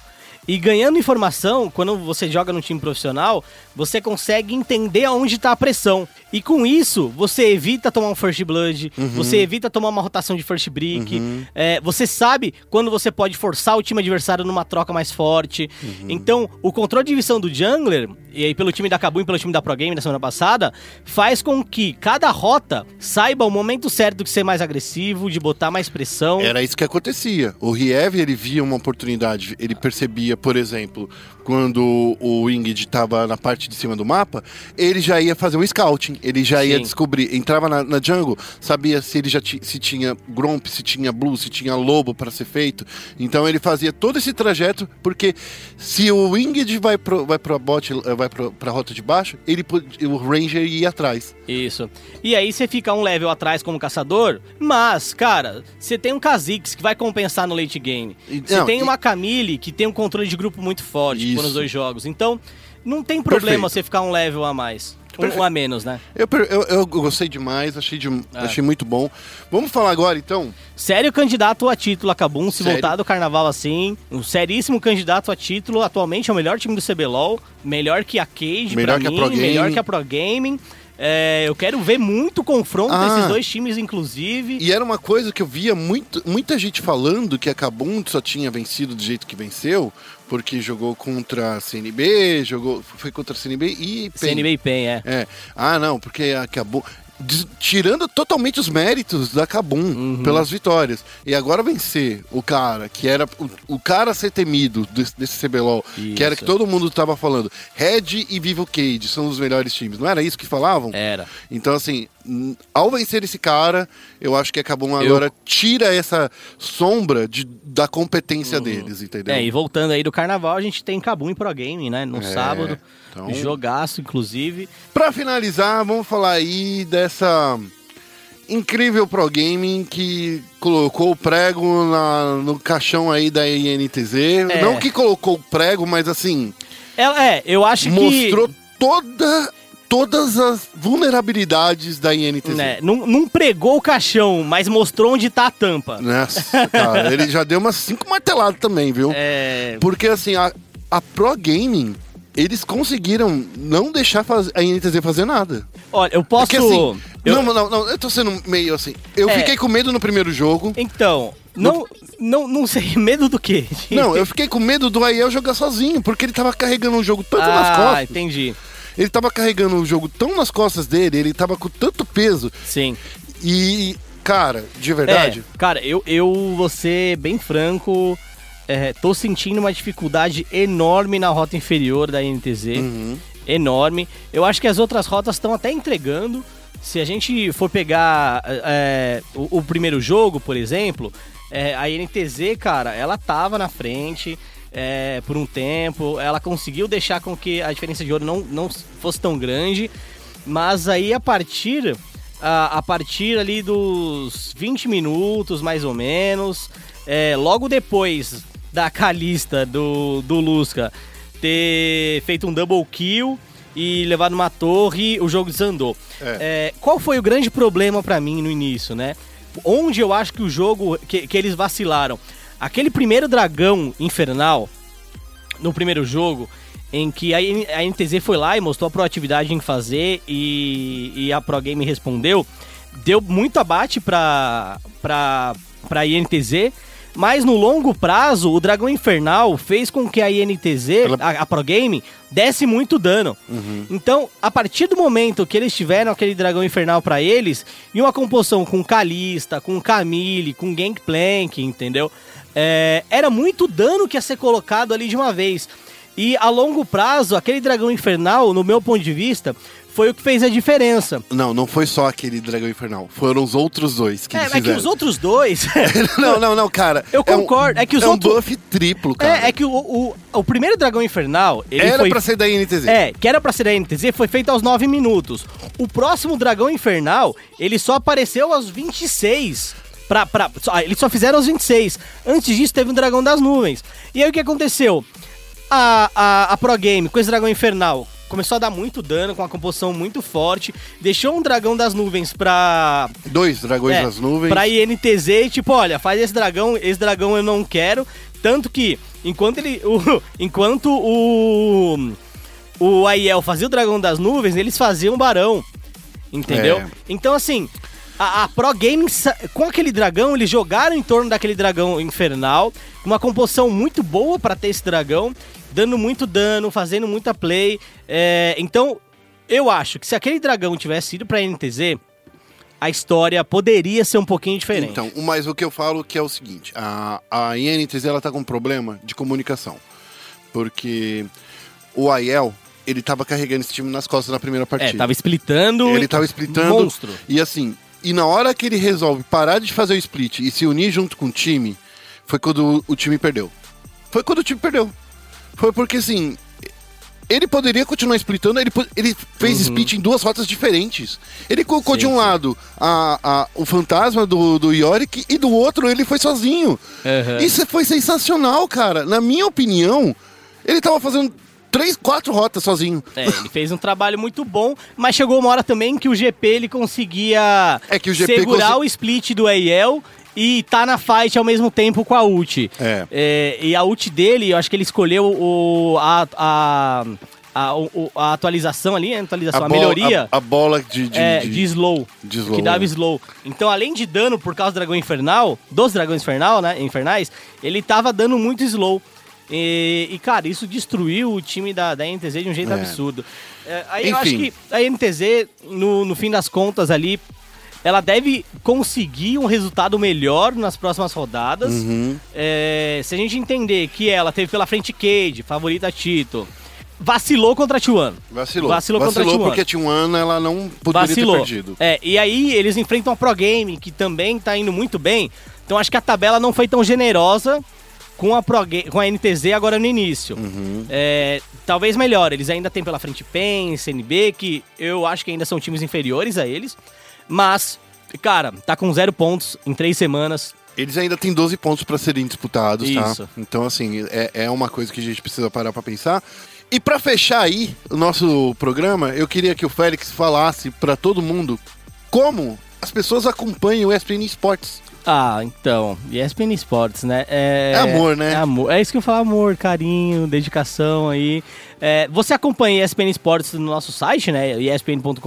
Speaker 2: E ganhando informação, quando você joga num time profissional, você consegue entender aonde tá a pressão. E com isso, você evita tomar um first blood, você evita tomar uma rotação de first break, é, você sabe quando você pode forçar o time adversário numa troca mais forte. Então, o controle de visão do jungler, e aí pelo time da Kabum e pelo time da Pro Game na semana passada, faz com que cada rota saiba o momento certo de ser mais agressivo, de botar mais pressão.
Speaker 1: Era isso que acontecia. O Riev, ele via uma oportunidade, ele percebia, por exemplo, quando o Winged estava na parte de cima do mapa, ele já ia fazer um scouting, ele já ia
Speaker 2: Sim.
Speaker 1: descobrir, entrava na, na jungle, sabia se ele já ti- se tinha Gromp, se tinha Blue, se tinha Lobo para ser feito. Então ele fazia todo esse trajeto, porque se o Winged vai pro, vai pro bot, eh, vai pro, pra rota de baixo, ele pod- o Ranger ia atrás.
Speaker 2: Isso. E aí você fica um level atrás como caçador, mas, cara, você tem um Kha'Zix que vai compensar no late game.
Speaker 1: E-
Speaker 2: Você
Speaker 1: não,
Speaker 2: tem
Speaker 1: e-
Speaker 2: uma Camille que tem um controle de grupo muito forte
Speaker 1: Isso.
Speaker 2: por nos dois jogos. Então, não tem problema
Speaker 1: Perfeito.
Speaker 2: você ficar um level a mais. Um, um a menos, né?
Speaker 1: Eu, per- eu, eu gostei demais, achei, de- achei muito bom. Vamos falar agora então
Speaker 2: Sério candidato a título a Kabum, se
Speaker 1: Sério.
Speaker 2: voltar do carnaval assim. Um seríssimo candidato a título. Atualmente é o melhor time do CBLOL. Melhor que a Cage,
Speaker 1: Melhor
Speaker 2: pra
Speaker 1: que a
Speaker 2: mim,
Speaker 1: Pro Gaming.
Speaker 2: melhor que a Pro Gaming. É, eu quero ver muito confronto
Speaker 1: Ah.
Speaker 2: desses dois times, inclusive.
Speaker 1: E era uma coisa que eu via muito, muita gente falando que a Kabum só tinha vencido do jeito que venceu, porque jogou contra a CNB, jogou, foi contra a CNB e PEN.
Speaker 2: CNB e PEN, é.
Speaker 1: É. Ah, não, porque a Kabum. des- Tirando totalmente os méritos da Kabum
Speaker 2: Uhum.
Speaker 1: pelas vitórias. E agora vencer o cara, que era o, o cara a ser temido desse, desse CBLOL, que era que
Speaker 2: Isso.
Speaker 1: todo mundo tava falando. Red e Vivo Cage são os melhores times. Não era isso que falavam?
Speaker 2: Era.
Speaker 1: Então, assim, n- ao vencer esse cara, eu acho que acabou agora tira essa sombra de, da competência deles, entendeu?
Speaker 2: É, e voltando aí do carnaval, a gente tem Kabum e Pro Game, né? No sábado.
Speaker 1: É, então-
Speaker 2: Jogaço, inclusive.
Speaker 1: Pra finalizar, vamos falar aí dessa incrível Pro Gaming que colocou o prego na- no caixão aí da INTZ.
Speaker 2: É.
Speaker 1: Não que colocou o prego, mas assim,
Speaker 2: Ela, é, eu acho
Speaker 1: mostrou toda, todas as vulnerabilidades da
Speaker 2: que.
Speaker 1: INTZ.
Speaker 2: né, não, não pregou o caixão, mas mostrou onde tá a tampa.
Speaker 1: Nossa, cara, ele já deu umas cinco marteladas também, viu?
Speaker 2: É.
Speaker 1: Porque assim, a, a Pro Gaming, eles conseguiram não deixar faz- a NTZ fazer nada.
Speaker 2: Olha, eu posso.
Speaker 1: Porque assim.
Speaker 2: eu-
Speaker 1: Não, não, não, eu tô sendo meio assim. Eu
Speaker 2: É.
Speaker 1: fiquei com medo no primeiro jogo.
Speaker 2: Então, não, não, não sei. Medo do quê?
Speaker 1: Não, eu fiquei com medo do Aiel jogar sozinho, porque ele tava carregando o jogo tanto nas
Speaker 2: Ah,
Speaker 1: costas.
Speaker 2: entendi.
Speaker 1: Ele tava carregando o jogo tão nas costas dele, ele tava com tanto peso.
Speaker 2: Sim.
Speaker 1: E, cara, de verdade.
Speaker 2: É, cara, eu, eu vou ser bem franco. é, tô sentindo uma dificuldade enorme na rota inferior da NTZ. Enorme. Eu acho que as outras rotas estão até entregando. Se a gente for pegar é, o, o primeiro jogo, por exemplo, é, a NTZ, cara, ela tava na frente é, por um tempo. Ela conseguiu deixar com que a diferença de ouro não, não fosse tão grande. Mas aí a partir a, a partir ali dos 20 minutos, mais ou menos. É, logo depois da Calista, do, do Lusca, ter feito um double kill e levado uma torre, o jogo desandou. É, qual foi o grande problema pra mim no início, né? Onde eu acho que o jogo, que, que eles vacilaram. Aquele primeiro dragão infernal, no primeiro jogo, em que a, N- a NTZ foi lá e mostrou a proatividade em fazer e, e a Pro Game respondeu. Deu muito abate pra, pra, pra INTZ, Mas no longo prazo, o Dragão Infernal fez com que a INTZ,
Speaker 1: Ela-
Speaker 2: a, a Pro Game, desse muito dano. Então, a partir do momento que eles tiveram aquele Dragão Infernal pra eles, e uma composição com Kalista, com Camille, com Gangplank, entendeu? É, era muito dano que ia ser colocado ali de uma vez. E a longo prazo, aquele Dragão Infernal, no meu ponto de vista, foi o que fez a diferença.
Speaker 1: Não, não foi só aquele Dragão Infernal. Foram os outros dois que
Speaker 2: É,
Speaker 1: eles
Speaker 2: mas que
Speaker 1: fizeram.
Speaker 2: os outros dois.
Speaker 1: não, não, não, cara.
Speaker 2: Eu
Speaker 1: É um-
Speaker 2: concordo, é que os
Speaker 1: é
Speaker 2: outros-
Speaker 1: um buff triplo, cara.
Speaker 2: É, é que o, o, o primeiro Dragão Infernal, ele
Speaker 1: Era
Speaker 2: foi...
Speaker 1: pra ser da NTZ.
Speaker 2: É, que era pra ser da NTZ, foi feito aos 9 minutos. O próximo Dragão Infernal, ele só apareceu aos 26. Pra, pra, só- ah, eles só fizeram aos 26. Antes disso, teve um Dragão das Nuvens. E aí, o que aconteceu? A, a, a Pro Game, com esse Dragão Infernal, começou a dar muito dano, com uma composição muito forte. Deixou um Dragão das Nuvens pra,
Speaker 1: Dois dragões
Speaker 2: é,
Speaker 1: nas nuvens.
Speaker 2: Pra INTZ, e tipo, olha, faz esse dragão, esse dragão eu não quero. Tanto que, enquanto ele. O, enquanto o. O Aiel fazia o dragão das nuvens, eles faziam o barão. Entendeu?
Speaker 1: É.
Speaker 2: Então, assim. A, a Pro Gaming, sa- com aquele dragão, eles jogaram em torno daquele dragão infernal. com Uma composição muito boa pra ter esse dragão. Dando muito dano, fazendo muita play. é, então, eu acho que se aquele dragão tivesse ido pra NTZ, a história poderia ser um pouquinho diferente.
Speaker 1: Então, o- mas o que eu falo que é o seguinte, a, a INTZ ela tá com um problema de comunicação. Porque o Aiel, ele tava carregando esse time nas costas na primeira partida.
Speaker 2: é, tava splitando.
Speaker 1: Ele tava splitando.
Speaker 2: Monstro.
Speaker 1: E assim, e na hora que ele resolve parar de fazer o split e se unir junto com o time, foi quando o time perdeu. Foi quando o time perdeu. Foi porque assim, ele poderia continuar splitando, ele, po- ele fez
Speaker 2: Uhum.
Speaker 1: split em duas rotas diferentes. Ele colocou de um lado a, a- o fantasma do, do Yorick e do outro ele foi sozinho.
Speaker 2: Uhum.
Speaker 1: Isso foi sensacional, cara. Na minha opinião, ele tava fazendo três, quatro rotas sozinho.
Speaker 2: É, ele fez um trabalho muito bom, mas chegou uma hora também que o GP ele conseguia
Speaker 1: É que o GP
Speaker 2: segurar
Speaker 1: consi-
Speaker 2: o split do Aiel e tá na fight ao mesmo tempo com a ult.
Speaker 1: É.
Speaker 2: e a ult dele, eu acho que ele escolheu o, a, a, a, o- o- a atualização ali, a atualização, a,
Speaker 1: bola-
Speaker 2: melhoria.
Speaker 1: A, a bola de, de-
Speaker 2: é,
Speaker 1: de-
Speaker 2: de slow.
Speaker 1: de slow,
Speaker 2: Que dava
Speaker 1: é.
Speaker 2: slow. Então, além de dano por causa do dragão infernal, dos dragões infernal, né, infernais, ele tava dando muito slow. E, e, cara, isso destruiu o time da, da NTZ de um jeito
Speaker 1: É.
Speaker 2: absurdo. É, aí eu
Speaker 1: Enfim.
Speaker 2: acho que a NTZ, no, no fim das contas ali, ela deve conseguir um resultado melhor nas próximas rodadas.
Speaker 1: Uhum.
Speaker 2: É, se a gente entender que ela teve pela frente Cade, favorita a Tito, vacilou contra a T1.
Speaker 1: Vacilou.
Speaker 2: Vacilou, contra a T1.
Speaker 1: porque a T1 ela não poderia
Speaker 2: Vacilou.
Speaker 1: ter perdido.
Speaker 2: É, e aí eles enfrentam a Pro Game, que também tá indo muito bem. Então acho que a tabela não foi tão generosa com a, Pro Ga- com a NTZ agora no início.
Speaker 1: Uhum.
Speaker 2: É, talvez melhor, eles ainda têm pela frente PEN, CNB, que eu acho que ainda são times inferiores a eles. Mas, cara, tá com zero pontos em três semanas.
Speaker 1: Eles ainda têm 12 pontos para serem disputados,
Speaker 2: Isso.
Speaker 1: tá? Então, assim, é, é uma coisa que a gente precisa parar para pensar. E para fechar aí o nosso programa, eu queria que o Félix falasse para todo mundo como as pessoas acompanham o ESPN Esportes.
Speaker 2: Ah, então, ESPN Esportes, né? É,
Speaker 1: É amor, né?
Speaker 2: É amor. É isso que eu falo, amor, carinho, dedicação aí. É, você acompanha ESPN Esportes no nosso site, né? espn.com.br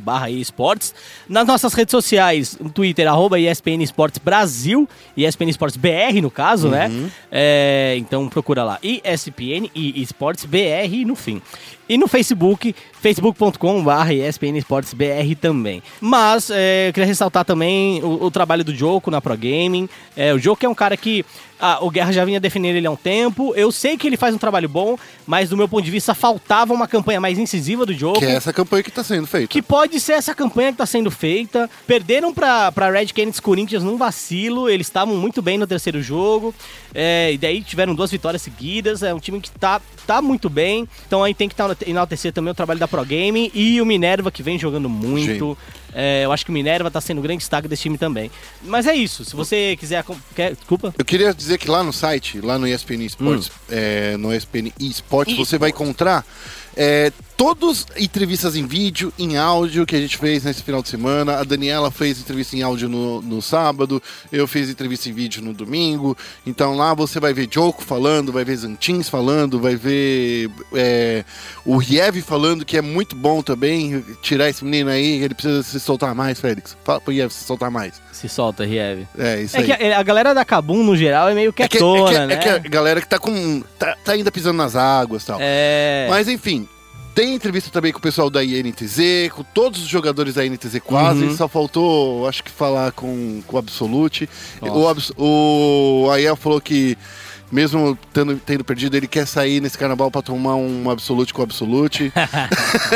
Speaker 2: barra esportes. Nas nossas redes sociais, no Twitter, arroba ESPN Esportes Brasil, ESPN Esportes BR, no caso, né? É, então procura lá, ESPN e Esportes BR no fim. E no Facebook, facebook.com barra ESPN Esportes BR também. Mas é, eu queria ressaltar também o, o trabalho do Joko na Pro Gaming. É, o Joko é um cara que ah, o Guerra já vinha defendendo ele há um tempo. Eu sei que ele faz um trabalho bom, mas do meu ponto de vista faltava uma campanha mais incisiva do Joko.
Speaker 1: Que é essa campanha que tá sendo feita.
Speaker 2: Que pode ser essa campanha que tá sendo feita. Perderam pra, pra Red Canids Corinthians num vacilo. Eles estavam muito bem no terceiro jogo. é, e daí tiveram duas vitórias seguidas. É um time que tá, tá muito bem. Então aí tem que tá- enaltecer também o trabalho da Pro Game e o Minerva, que vem jogando muito. É, eu acho que o Minerva tá sendo um grande destaque desse time também. Mas é isso. Se você quiser. acom- Quer, desculpa.
Speaker 1: Eu queria dizer que lá no site, lá no ESPN Esportes, é, no ESPN Esportes, você vai encontrar é, todos entrevistas em vídeo, em áudio que a gente fez nesse final de semana. A Daniela fez entrevista em áudio no, no sábado, eu fiz entrevista em vídeo no domingo. Então lá você vai ver Joko falando, vai ver Zantins falando, vai ver é, o Riev falando, que é muito bom também. Tirar esse menino aí, ele precisa se soltar mais, Félix. Fala pro Riev se soltar mais.
Speaker 2: Se solta, Riev.
Speaker 1: É isso
Speaker 2: É
Speaker 1: aí.
Speaker 2: que a, a galera da Kabum, no geral, é meio
Speaker 1: É que- é que-
Speaker 2: quietona,
Speaker 1: é que a
Speaker 2: né?
Speaker 1: galera que tá com. tá, tá ainda pisando nas águas e tal.
Speaker 2: É.
Speaker 1: Mas enfim, tem entrevista também com o pessoal da INTZ, com todos os jogadores da INTZ quase. Só faltou, acho que, falar com, com o Absolute. O, Abs- o Aiel falou que, mesmo tendo, tendo perdido, ele quer sair nesse carnaval pra tomar um Absolute com o Absolute.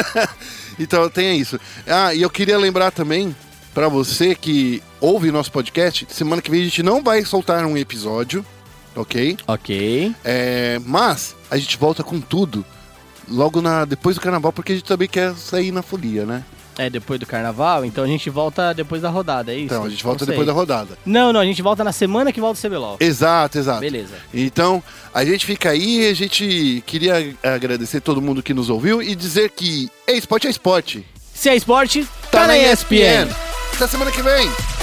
Speaker 1: então tem isso. Ah, e eu queria lembrar também pra você que ouve nosso podcast, semana que vem a gente não vai soltar um episódio, ok?
Speaker 2: Ok.
Speaker 1: É, mas a gente volta com tudo logo na, depois do carnaval, porque a gente também quer sair na folia, né?
Speaker 2: É depois do carnaval, então a gente volta depois da rodada, é isso?
Speaker 1: Então, a gente volta
Speaker 2: Não sei.
Speaker 1: depois da rodada.
Speaker 2: Não, não, a gente volta na semana que volta o CBLOL.
Speaker 1: Exato, exato.
Speaker 2: Beleza.
Speaker 1: Então, a gente fica aí, a gente queria agradecer todo mundo que nos ouviu e dizer que é esporte, é esporte.
Speaker 2: Se é esporte, tá, na ESPN.
Speaker 1: Até semana que vem.